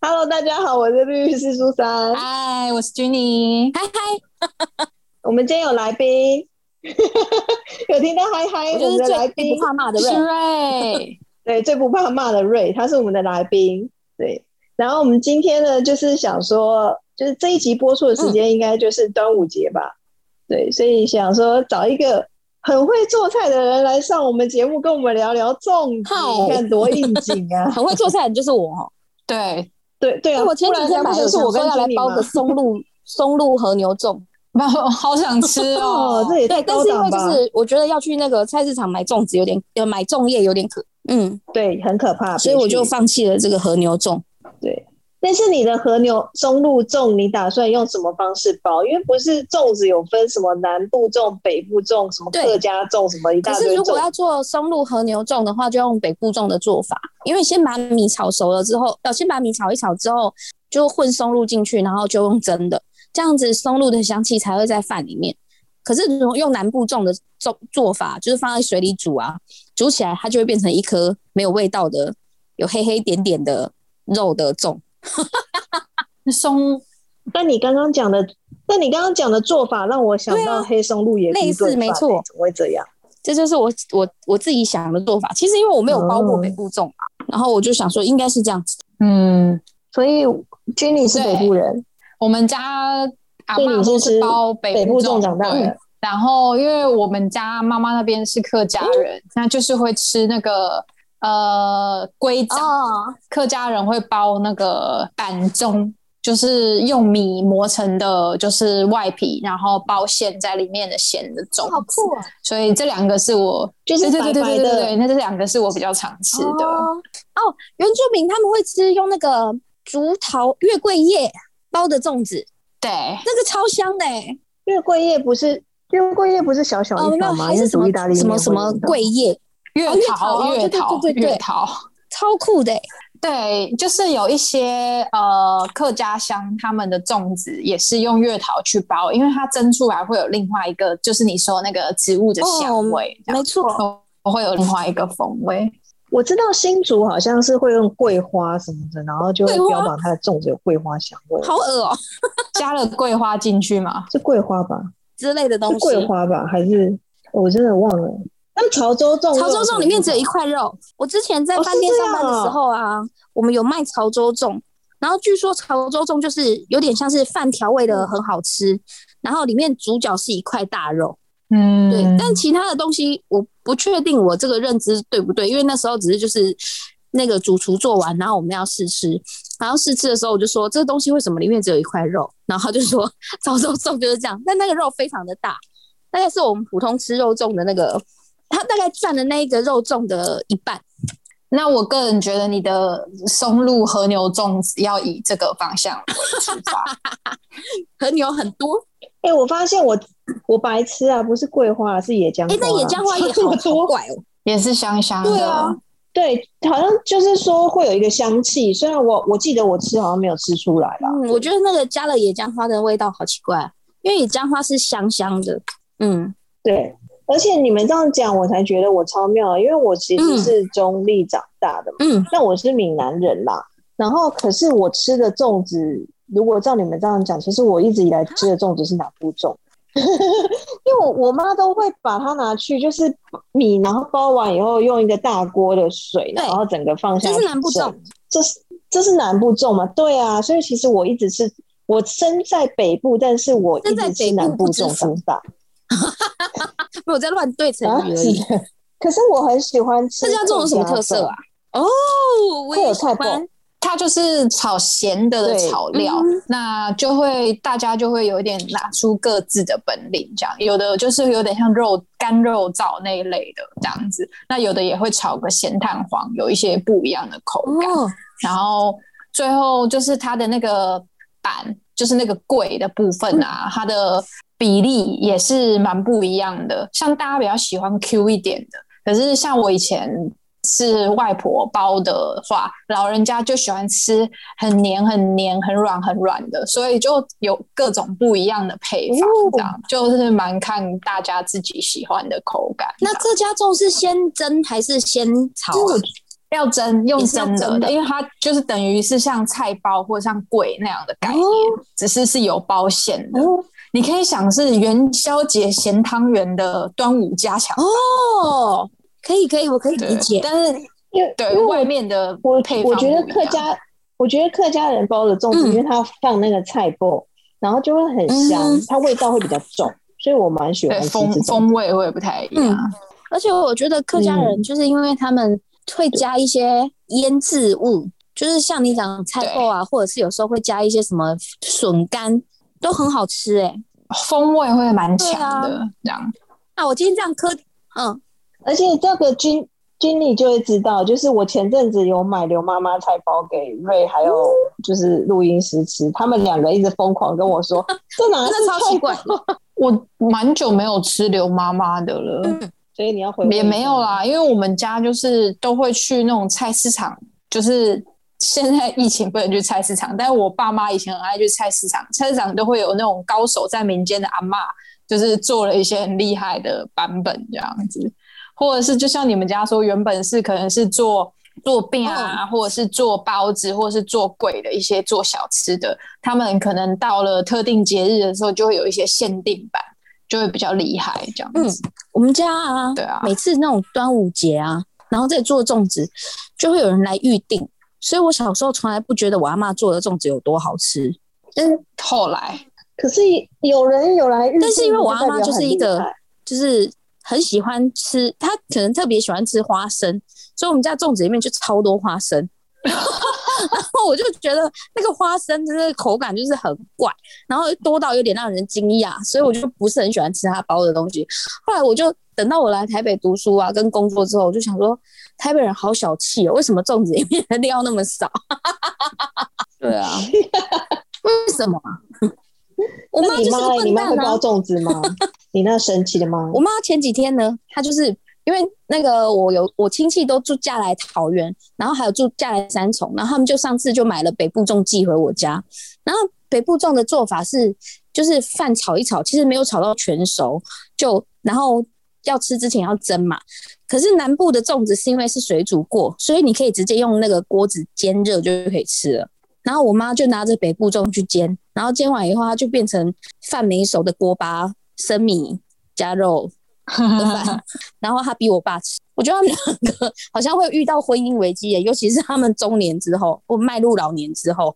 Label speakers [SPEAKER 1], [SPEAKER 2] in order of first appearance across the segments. [SPEAKER 1] Hello，大家好，我是律师苏珊。
[SPEAKER 2] 嗨，我是 Jenny。嗨嗨，
[SPEAKER 1] 我们今天有来宾， 有听到嗨嗨，
[SPEAKER 2] 我
[SPEAKER 1] 我
[SPEAKER 2] 就是
[SPEAKER 1] 们的来
[SPEAKER 2] 最
[SPEAKER 1] 宾
[SPEAKER 2] 不怕骂的
[SPEAKER 1] 是
[SPEAKER 2] 人。对，
[SPEAKER 1] 对最不怕骂的瑞，他是我们的来宾。对，然后我们今天呢，就是想说，就是这一集播出的时
[SPEAKER 2] 嗯
[SPEAKER 1] 间应该就是端午节吧？对，所以想说找一个很会做菜的人来上我们节目，跟我们聊聊粽子，
[SPEAKER 2] 好
[SPEAKER 1] 你看多应景啊！
[SPEAKER 2] 很会做菜的人就是我哦。对，
[SPEAKER 1] 对对啊，
[SPEAKER 2] 我前几天本来就是我
[SPEAKER 1] 跟
[SPEAKER 2] 说要来包个松露松露和牛粽，
[SPEAKER 3] 我好想吃
[SPEAKER 1] 哦
[SPEAKER 3] 哦，
[SPEAKER 1] 这 也
[SPEAKER 2] 对
[SPEAKER 1] 太，
[SPEAKER 2] 但
[SPEAKER 1] 高
[SPEAKER 2] 是因
[SPEAKER 1] 档
[SPEAKER 2] 为就
[SPEAKER 1] 吧？
[SPEAKER 2] 是我觉得要去那个菜市场买粽子有点，呃，买粽叶有点可，嗯，
[SPEAKER 1] 对，很可怕，
[SPEAKER 2] 所以
[SPEAKER 1] 啊别
[SPEAKER 2] 我
[SPEAKER 1] 去
[SPEAKER 2] 就放弃了这个和牛粽。
[SPEAKER 1] 对，但是你的和牛松露粽，你打算用什么方式包？因为不是粽子有分什么南部粽、北部粽、什么
[SPEAKER 2] 对
[SPEAKER 1] 客家粽，什么一
[SPEAKER 2] 可
[SPEAKER 1] 大
[SPEAKER 2] 是
[SPEAKER 1] 堆
[SPEAKER 2] 如果
[SPEAKER 1] 粽。
[SPEAKER 2] 要做松露和牛粽的话，就要用北部粽的做法，因为先把米炒熟了之后，要呃先把米炒一炒之后，就混松露进去，然后就用蒸的，这样子松露的香气才会在饭里面。可是如果用南部粽的做做法，就是放在水里煮啊，煮起来它就会变成一颗没有味道的、有黑黑点点的肉的粽。
[SPEAKER 3] 松
[SPEAKER 1] 但你刚刚讲的，但你刚刚讲的做法让我想
[SPEAKER 2] 对
[SPEAKER 1] 到
[SPEAKER 2] 啊
[SPEAKER 1] 黑松露也
[SPEAKER 2] 类似没错
[SPEAKER 1] 欸怎么会这样？
[SPEAKER 2] 这就是我我我自己想的做法。其实因为我没有包过
[SPEAKER 1] 哦
[SPEAKER 2] 北部粽嘛，然后我就想说应该是这样子。
[SPEAKER 3] 嗯，
[SPEAKER 1] 所以 Jenny 是
[SPEAKER 3] 对
[SPEAKER 1] 北部人，
[SPEAKER 3] 我们家阿
[SPEAKER 1] 所以你
[SPEAKER 3] 嬷
[SPEAKER 1] 是
[SPEAKER 3] 都
[SPEAKER 1] 吃
[SPEAKER 3] 是包
[SPEAKER 1] 北
[SPEAKER 3] 北
[SPEAKER 1] 部粽
[SPEAKER 3] 粽
[SPEAKER 1] 长大
[SPEAKER 3] 对
[SPEAKER 1] 的，
[SPEAKER 3] 然后因为我们家妈妈那边是客家人，那就是会吃那个呃龟掌，
[SPEAKER 2] 哦，
[SPEAKER 3] 客家人会包那个板粽。就是用米磨成的，就是外皮，然后包馅在里面的馅的粽，
[SPEAKER 2] 好酷啊！
[SPEAKER 3] 所以这两个是我，
[SPEAKER 1] 就是
[SPEAKER 3] 对
[SPEAKER 1] 白
[SPEAKER 3] 对对
[SPEAKER 1] 白
[SPEAKER 3] 对对对，
[SPEAKER 1] 的。
[SPEAKER 3] 那这两个是我比较常吃的。
[SPEAKER 2] 哦哦，原住民他们会吃用那个竹桃月桂叶包的粽子，
[SPEAKER 3] 对，
[SPEAKER 2] 那个超香的、欸。
[SPEAKER 1] 月桂叶不是月桂叶不是小小
[SPEAKER 2] 哦，
[SPEAKER 1] 一
[SPEAKER 2] 那
[SPEAKER 1] 条吗？
[SPEAKER 2] 还
[SPEAKER 1] 因为
[SPEAKER 2] 是什
[SPEAKER 1] 煮意大
[SPEAKER 2] 么
[SPEAKER 1] 利
[SPEAKER 2] 什么
[SPEAKER 1] 面
[SPEAKER 2] 什
[SPEAKER 1] 会
[SPEAKER 2] 么
[SPEAKER 1] 用到
[SPEAKER 2] 桂叶，
[SPEAKER 3] 月
[SPEAKER 2] 哦月桃
[SPEAKER 3] 桃，月桃，
[SPEAKER 2] 对对对对对
[SPEAKER 3] 月桃，
[SPEAKER 2] 超酷的、欸。
[SPEAKER 3] 对，就是有一些呃客家乡他们的粽子也是用月桃去包，因为它蒸出来会有另外一个，就是你说那个植物的
[SPEAKER 2] 哦
[SPEAKER 3] 香味，
[SPEAKER 2] 没错，
[SPEAKER 3] 哦、会有另外一个风味。
[SPEAKER 1] 我知道新竹好像是会用桂花什么的，然后就会
[SPEAKER 2] 桂花
[SPEAKER 1] 标榜它的粽子有桂花香味。
[SPEAKER 2] 好恶哦、
[SPEAKER 3] 加了桂花进去吗？
[SPEAKER 1] 是桂花吧？
[SPEAKER 2] 之类的东
[SPEAKER 1] 是
[SPEAKER 2] 西。
[SPEAKER 1] 桂花吧？还是我真的忘了？那潮州粽，
[SPEAKER 2] 潮州粽里面只有一块肉。我之前在
[SPEAKER 1] 哦
[SPEAKER 2] 饭店
[SPEAKER 1] 是这
[SPEAKER 2] 上班的
[SPEAKER 1] 样哦
[SPEAKER 2] 时候啊，我们有卖潮州粽，然后据说潮州粽就是有点像是饭调味的，很好吃。然后里面主角是一块大肉，
[SPEAKER 3] 嗯，
[SPEAKER 2] 对，但其他的东西我不确定我这个认知对不对，因为那时候只是就是那个主厨做完，然后我们要试吃，然后试吃的时候我就说这个东西为什么里面只有一块肉，然后他就说潮州粽就是这样，但那个肉非常的大，大概是我们普通吃肉粽的那个，它大概占了那一个 肉粽的一半。
[SPEAKER 3] 那我个人觉得你的松露和牛粽子要以这个方向为出发。
[SPEAKER 2] 和牛很多，
[SPEAKER 1] 哎、我发现我我白痴啊，不是桂花，是野姜花。啊
[SPEAKER 2] 哎、那野姜花也好好怪哦、
[SPEAKER 3] 也是香香的，
[SPEAKER 2] 对啊
[SPEAKER 1] 对，好像就是说会有一个香气，虽然我我记得我吃好像没有吃出来啦。
[SPEAKER 2] 嗯，我觉得那个加了野姜花的味道好奇怪啊，因为野姜花是香香的。嗯，
[SPEAKER 1] 对，而且你们这样讲，我才觉得我超妙的，因为我其实
[SPEAKER 2] 嗯
[SPEAKER 1] 是中立长大的嘛，
[SPEAKER 2] 嗯，
[SPEAKER 1] 那我是闽南人啦。然后可是我吃的粽子，如果照你们这样讲，其实我一直以来吃的粽子是南部粽， 因为我我妈都会把它拿去，就是米，然后包完以后用一个大锅的水，
[SPEAKER 2] 对
[SPEAKER 1] 然后整个放下
[SPEAKER 2] 这
[SPEAKER 1] 去蒸。
[SPEAKER 2] 是南部粽。
[SPEAKER 1] 这是这是南部粽嘛？对啊，所以其实我一直是我身在北部，但是我一
[SPEAKER 2] 身在
[SPEAKER 1] 直吃
[SPEAKER 2] 北部
[SPEAKER 1] 南部
[SPEAKER 2] 不知
[SPEAKER 1] 粽
[SPEAKER 2] 福
[SPEAKER 1] 长大
[SPEAKER 2] 没有在乱对成
[SPEAKER 1] 啊，
[SPEAKER 2] 语而
[SPEAKER 1] 是
[SPEAKER 2] 已。
[SPEAKER 1] 的。 可是我很喜欢吃
[SPEAKER 2] 这家粽有什么特色啊？？哦，我
[SPEAKER 1] 会有
[SPEAKER 2] 也喜
[SPEAKER 1] 菜包
[SPEAKER 2] 欢。
[SPEAKER 3] 它就是炒咸的
[SPEAKER 1] 对
[SPEAKER 3] 炒料，
[SPEAKER 2] 嗯
[SPEAKER 3] 那就会大家就会有一点拿出各自的本领，这样有的就是有点像肉干肉燥那一类的这样子，那有的也会炒个咸蛋黄，有一些不一样的口感，
[SPEAKER 2] 哦，
[SPEAKER 3] 然后最后就是它的那个板，就是那个桂的部分啊，它的比例也是蛮不一样的，像大家比较喜欢 Q 一点的，可是像我以前是外婆包的话，老人家就喜欢吃很黏、很黏、很软、很软的，所以就有各种不一样的配法，
[SPEAKER 2] 哦
[SPEAKER 3] 这样、就是蛮看大家自己喜欢的口感。
[SPEAKER 2] 那这家粽是先蒸还是先炒啊？
[SPEAKER 3] 要蒸，用
[SPEAKER 2] 也是要
[SPEAKER 3] 蒸的，
[SPEAKER 2] 蒸的
[SPEAKER 3] 因为它就是等于是像菜包或像粿那样的概念，
[SPEAKER 2] 哦
[SPEAKER 3] 只是是有包馅的。
[SPEAKER 2] 哦
[SPEAKER 3] 你可以想是元宵节咸汤圆的端午加强，
[SPEAKER 2] 哦，可以可以，我可以理
[SPEAKER 3] 对
[SPEAKER 2] 解。
[SPEAKER 3] 但是
[SPEAKER 1] 因为因
[SPEAKER 3] 对
[SPEAKER 1] 为我
[SPEAKER 3] 外面的
[SPEAKER 1] 我
[SPEAKER 3] 配方
[SPEAKER 1] 我觉得
[SPEAKER 3] 不一
[SPEAKER 1] 客
[SPEAKER 3] 样
[SPEAKER 1] 家，我觉得客家人包的粽子，
[SPEAKER 2] 嗯
[SPEAKER 1] 因为它放那个菜脯，然后就会很香，
[SPEAKER 2] 嗯哼
[SPEAKER 1] 它味道会比较重，所以我蛮喜欢
[SPEAKER 3] 对
[SPEAKER 1] 吃
[SPEAKER 3] 风
[SPEAKER 1] 这种。
[SPEAKER 3] 风味会不太一样。
[SPEAKER 2] 嗯而且我觉得客家人就是因为他们会加一些腌制物，就是像你讲菜脯啊，或者是有时候会加一些什么笋干，都很好吃哎、
[SPEAKER 3] 风味会蛮强的
[SPEAKER 2] 对，
[SPEAKER 3] 这样
[SPEAKER 2] 啊，我今天这样磕，嗯，
[SPEAKER 1] 而且这个君君你就会知道，就是我前阵子有买刘妈妈菜包给瑞，还有就是录音师吃，他们两个一直疯狂跟我 说，这哪
[SPEAKER 2] 真
[SPEAKER 1] 是
[SPEAKER 2] 的超奇
[SPEAKER 1] 菜包
[SPEAKER 2] 怪？
[SPEAKER 3] 我蛮久没有吃刘妈妈的了，
[SPEAKER 2] 嗯
[SPEAKER 1] 所以你要回味一
[SPEAKER 3] 也
[SPEAKER 1] 下
[SPEAKER 3] 没有。啦，因为我们家就是都会去那种菜市场，就是现在疫情不能去菜市场，但是我爸妈以前很爱去菜市场，菜市场都会有那种高手在民间的阿嬷，就是做了一些很厉害的版本这样子，或者是就像你们家说，原本是可能是做。做饼啊，
[SPEAKER 1] 嗯
[SPEAKER 3] 或者是做包子，或者是做鬼的一些做小吃的，他们可能到了特定节日的时候，就会有一些限定版，就会比较厉害这样子。
[SPEAKER 1] 嗯
[SPEAKER 2] 我们家啊，
[SPEAKER 3] 对啊
[SPEAKER 2] 每次那种端午节啊，然后再做粽子，就会有人来预定，所以我小时候从来不觉得我阿妈做的粽子有多好吃，
[SPEAKER 3] 后来
[SPEAKER 1] 可是有人有来预定，
[SPEAKER 2] 但是因为我阿妈就是一
[SPEAKER 1] 代表很厉
[SPEAKER 2] 个
[SPEAKER 1] 害
[SPEAKER 2] 就是很喜欢吃，她可能特别喜欢吃花生，所以我们家粽子里面就超多花 生。然后我就觉得那个花生真的口感就是很怪，然后多到有点让人惊讶，所以我就不是很喜欢吃她包的东西。后来我就等到我来台北读书啊跟工作之后，我就想说台北人好小气哦，为什么粽子里面的料那么少？对啊， 为什么啊？我
[SPEAKER 1] 那
[SPEAKER 2] 妈就
[SPEAKER 1] 你
[SPEAKER 2] 是个
[SPEAKER 1] 妈嘞？你
[SPEAKER 2] 笨
[SPEAKER 1] 妈
[SPEAKER 2] 蛋
[SPEAKER 1] 会
[SPEAKER 2] 啊
[SPEAKER 1] 包！粽子 吗？你那神奇的吗？
[SPEAKER 2] 我妈前几天呢，她就是因为那个我有我亲戚都住嫁来桃园，然后还有住嫁来三重，然后他们就上次就买了北部粽寄回我家，然后北部粽的做法是就是饭炒一炒，其实没有炒到全熟，就然后要吃之前要蒸嘛。可是南部的粽子是因为是水煮过，所以你可以直接用那个锅子煎热就可以吃了。然后我妈就拿着北部粽去煎，然后煎完以后，它就变成饭没熟的锅巴、生米加肉的饭。然后她逼我爸吃，我觉得他们两个好像会遇到婚姻危机耶，尤其是他们中年之后，或迈入老年之后。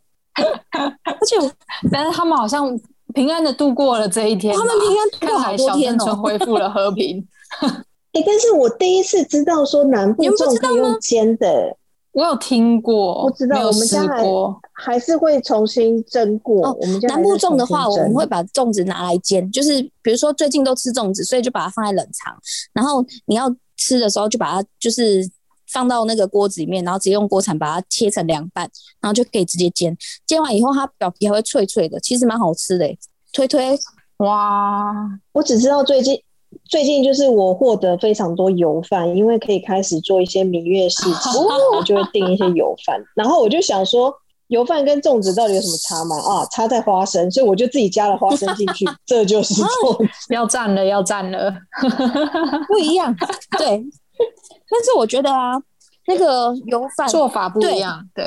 [SPEAKER 2] 而且我
[SPEAKER 3] 但是他们好像平安的度过了这一天吧，
[SPEAKER 2] 他们平安度过
[SPEAKER 3] 看
[SPEAKER 2] 好
[SPEAKER 3] 来
[SPEAKER 2] 多
[SPEAKER 3] 小
[SPEAKER 2] 天
[SPEAKER 3] 镇
[SPEAKER 2] 哦
[SPEAKER 3] 村恢复了和 平。
[SPEAKER 1] 哎、但是我第一次知道说南部
[SPEAKER 2] 你们不
[SPEAKER 1] 粽
[SPEAKER 2] 知
[SPEAKER 1] 可以用煎的、
[SPEAKER 3] 我有听过，
[SPEAKER 1] 我知道
[SPEAKER 3] 没有
[SPEAKER 1] 我们家
[SPEAKER 3] 吃
[SPEAKER 1] 还
[SPEAKER 3] 过，
[SPEAKER 1] 还是会重新蒸过。
[SPEAKER 2] 哦
[SPEAKER 1] 我们家还
[SPEAKER 2] 南
[SPEAKER 1] 是
[SPEAKER 2] 部粽的话，
[SPEAKER 1] 重
[SPEAKER 2] 我
[SPEAKER 1] 新蒸
[SPEAKER 2] 们会把粽子拿来煎，就是比如说最近都吃粽子，所以就把它放在冷藏，然后你要吃的时候就把它就是放到那个锅子里面，然后直接用锅铲把它切成两半，然后就可以直接煎。煎完以后，它表皮还会脆脆的，其实蛮好吃的、欸。推推
[SPEAKER 3] 哇，
[SPEAKER 1] 我只知道最近最近就是我获得非常多油饭，因为可以开始做一些明月事 情，我就会订一些油饭。然后我就想说，油饭跟粽子到底有什么差吗？啊，差在花生，所以我就自己加了花生进去，这就是
[SPEAKER 2] 啊
[SPEAKER 1] 粽子。
[SPEAKER 3] 要赞了，要赞了，
[SPEAKER 2] 不一样，对。但是我觉得啊，那个油饭
[SPEAKER 3] 做法不
[SPEAKER 2] 哎对
[SPEAKER 3] 一样，对，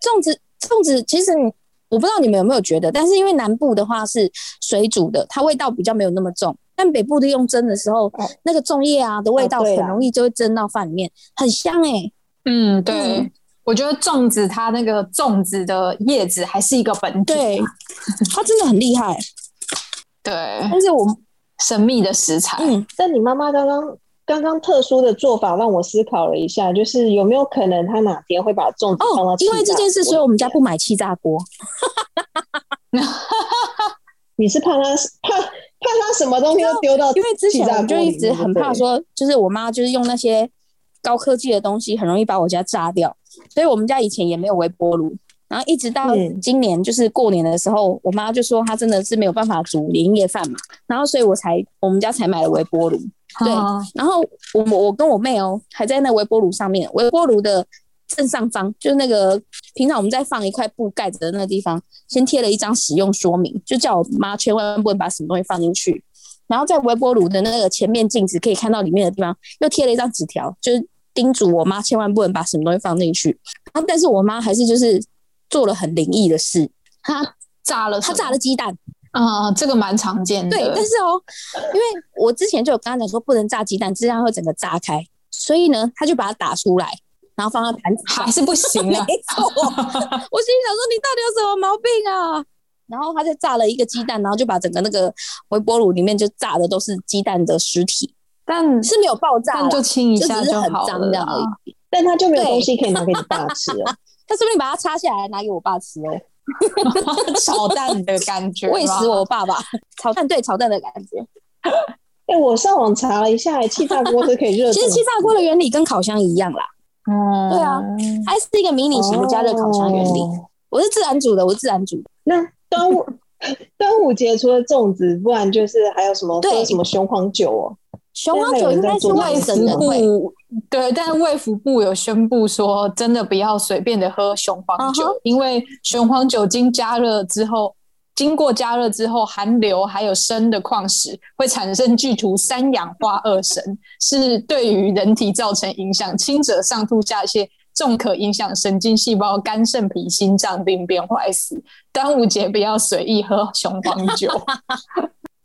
[SPEAKER 2] 粽子，粽子其实你我不知道你们有没有觉得，但是因为南部的话是水煮的，它味道比较没有那么重。但北部的用蒸的时候，
[SPEAKER 1] 哦
[SPEAKER 2] 那个粽叶啊的味道
[SPEAKER 1] 哦对
[SPEAKER 2] 很
[SPEAKER 1] 啦
[SPEAKER 2] 容易就会蒸到饭里面，很香哎、
[SPEAKER 3] 嗯，对。
[SPEAKER 2] 嗯
[SPEAKER 3] 我觉得粽子它那个粽子的叶子还是一个本体，
[SPEAKER 2] 对，它真的很厉害。
[SPEAKER 3] 对，
[SPEAKER 2] 但是我
[SPEAKER 3] 神秘的食材，
[SPEAKER 2] 嗯，
[SPEAKER 1] 但你妈妈刚刚刚刚特殊的做法让我思考了一下，就是有没有可能她哪天会把粽子放到
[SPEAKER 2] 哦，
[SPEAKER 1] 气
[SPEAKER 2] 因
[SPEAKER 1] 炸锅里面？
[SPEAKER 2] 为这件事，所以我们家不买气炸锅。
[SPEAKER 1] 你是怕她怕怕她什么东西都丢到
[SPEAKER 2] 因为之前
[SPEAKER 1] 气炸
[SPEAKER 2] 我
[SPEAKER 1] 锅
[SPEAKER 2] 就
[SPEAKER 1] 里
[SPEAKER 2] 一直
[SPEAKER 1] 面
[SPEAKER 2] 很怕
[SPEAKER 1] 对
[SPEAKER 2] 说，就是我妈就是用那些高科技的东西，很容易把我家炸掉，所以我们家以前也没有微波炉。然后一直到
[SPEAKER 1] 嗯
[SPEAKER 2] 今年就是过年的时候，我妈就说她真的是没有办法煮年夜饭嘛，然后所以我才我们家才买了微波炉。对
[SPEAKER 3] 嗯
[SPEAKER 2] 然后我我跟我妹哦，还在那微波炉上面，微波炉的正上方就是那个平常我们在放一块布盖着的那个地方，先贴了一张使用说明，就叫我妈千万不能把什么东西放进去。然后在微波炉的那个前面镜子可以看到里面的地方，又贴了一张纸条，就是叮嘱我妈千万不能把什么东西放进去。啊，但是我妈还是就是做了很灵异的事，她
[SPEAKER 3] 炸了什
[SPEAKER 2] 她
[SPEAKER 3] 么，
[SPEAKER 2] 炸了鸡蛋。
[SPEAKER 3] 啊、这个蛮常见的。
[SPEAKER 2] 对，但是哦，因为我之前就有跟她讲说不能炸鸡蛋，这样会整个炸开，所以呢，她就把它打出来，然后放到盘子上
[SPEAKER 3] 还。是不行
[SPEAKER 2] 没
[SPEAKER 3] 啊。
[SPEAKER 2] 错， 我心里想说你到底有什么毛病啊？然后他就炸了一个鸡蛋，然后就把整个那个微波炉里面就炸的都是鸡蛋的尸体，
[SPEAKER 3] 但
[SPEAKER 2] 是没有爆炸啦，
[SPEAKER 3] 但就清一
[SPEAKER 2] 就
[SPEAKER 3] 下
[SPEAKER 2] 只是很
[SPEAKER 3] 好
[SPEAKER 2] 脏
[SPEAKER 3] 了
[SPEAKER 2] 这样而
[SPEAKER 3] 啦。
[SPEAKER 2] 已。
[SPEAKER 1] 但他就没有
[SPEAKER 2] 对
[SPEAKER 1] 东西可以拿给你爸吃啊了。
[SPEAKER 2] 他说不定把它拆下来拿给我爸吃哦，
[SPEAKER 3] 炒蛋的感觉吧，
[SPEAKER 2] 喂食我爸 爸，炒蛋对炒蛋的感觉。
[SPEAKER 1] 哎、我上网查了一下，气炸锅是可以热。
[SPEAKER 2] 其实气炸锅的原理跟烤箱一样啦，
[SPEAKER 3] 嗯，
[SPEAKER 2] 对啊，它是一个迷你
[SPEAKER 3] 哦
[SPEAKER 2] 型的加热烤箱原理。
[SPEAKER 1] 哦
[SPEAKER 2] 我是自然煮的，我是自然煮的。
[SPEAKER 1] 那端午 端午节除了粽子，不然就是还有什么
[SPEAKER 2] 对
[SPEAKER 1] 喝什么雄黄酒哦？
[SPEAKER 2] 熊猫酒应该是外
[SPEAKER 3] 卫
[SPEAKER 2] 省
[SPEAKER 3] 福
[SPEAKER 2] 人会
[SPEAKER 3] 部对，但是卫福部有宣布说，真的不要随便的喝雄黄酒
[SPEAKER 2] 嗯
[SPEAKER 3] 因为雄黄酒经加热之后，经过加热之后，含硫还有砷的矿石会产生剧毒三氧化二砷，是对于人体造成影响，轻者上吐下泻。重可影响神经细胞、肝、肾、脾、心脏病变坏死。端午节不要随意喝雄黄酒。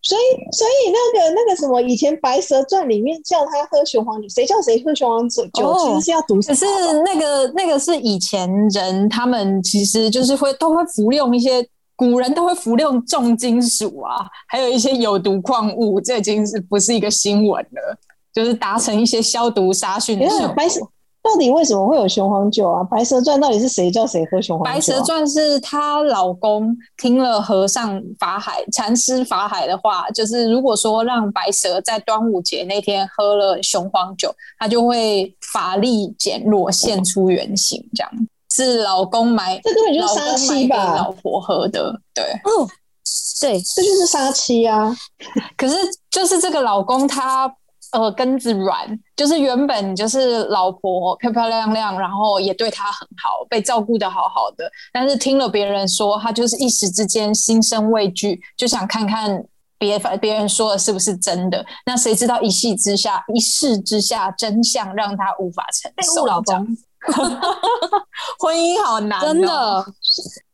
[SPEAKER 1] 所以，所以那个那个什么，以前《白蛇传》里面叫他喝雄黄酒，谁叫谁喝雄黄酒，酒
[SPEAKER 3] 哦
[SPEAKER 1] 其实是要啊毒死
[SPEAKER 3] 可是
[SPEAKER 1] 他吧。
[SPEAKER 3] 那个那个是以前人他们其实就是会都会服用一些古人都会服用重金属啊，还有一些有毒矿物，这已经是不是一个新闻了？就是达成一些消毒杀菌的
[SPEAKER 1] 你
[SPEAKER 3] 效
[SPEAKER 1] 看
[SPEAKER 3] 果。
[SPEAKER 1] 白蛇到底为什么会有雄黄酒啊？《白蛇传》到底是谁叫谁喝雄黄酒、啊？
[SPEAKER 3] 白蛇传是她老公听了和尚法海禅师法海的话，就是如果说让白蛇在端午节那天喝了雄黄酒，她就会法力减弱，现出原形。这样是老公买，
[SPEAKER 1] 这根本就是杀妻吧
[SPEAKER 3] 老公买给老婆喝的，对。
[SPEAKER 2] 哦，对，
[SPEAKER 1] 这就是杀妻啊！
[SPEAKER 3] 可是就是这个老公他耳根子软，就是原本就是老婆漂漂亮亮，然后也对他很好，被照顾的好好的。但是听了别人说，他就是一时之间心生畏惧，就想看看别别人说的是不是真的。那谁知道一气之下，一试之下真相让他无法承
[SPEAKER 2] 被
[SPEAKER 3] 受。
[SPEAKER 2] 误老
[SPEAKER 3] 这样，
[SPEAKER 2] 公，
[SPEAKER 3] 婚姻好难、哦
[SPEAKER 2] 真。的。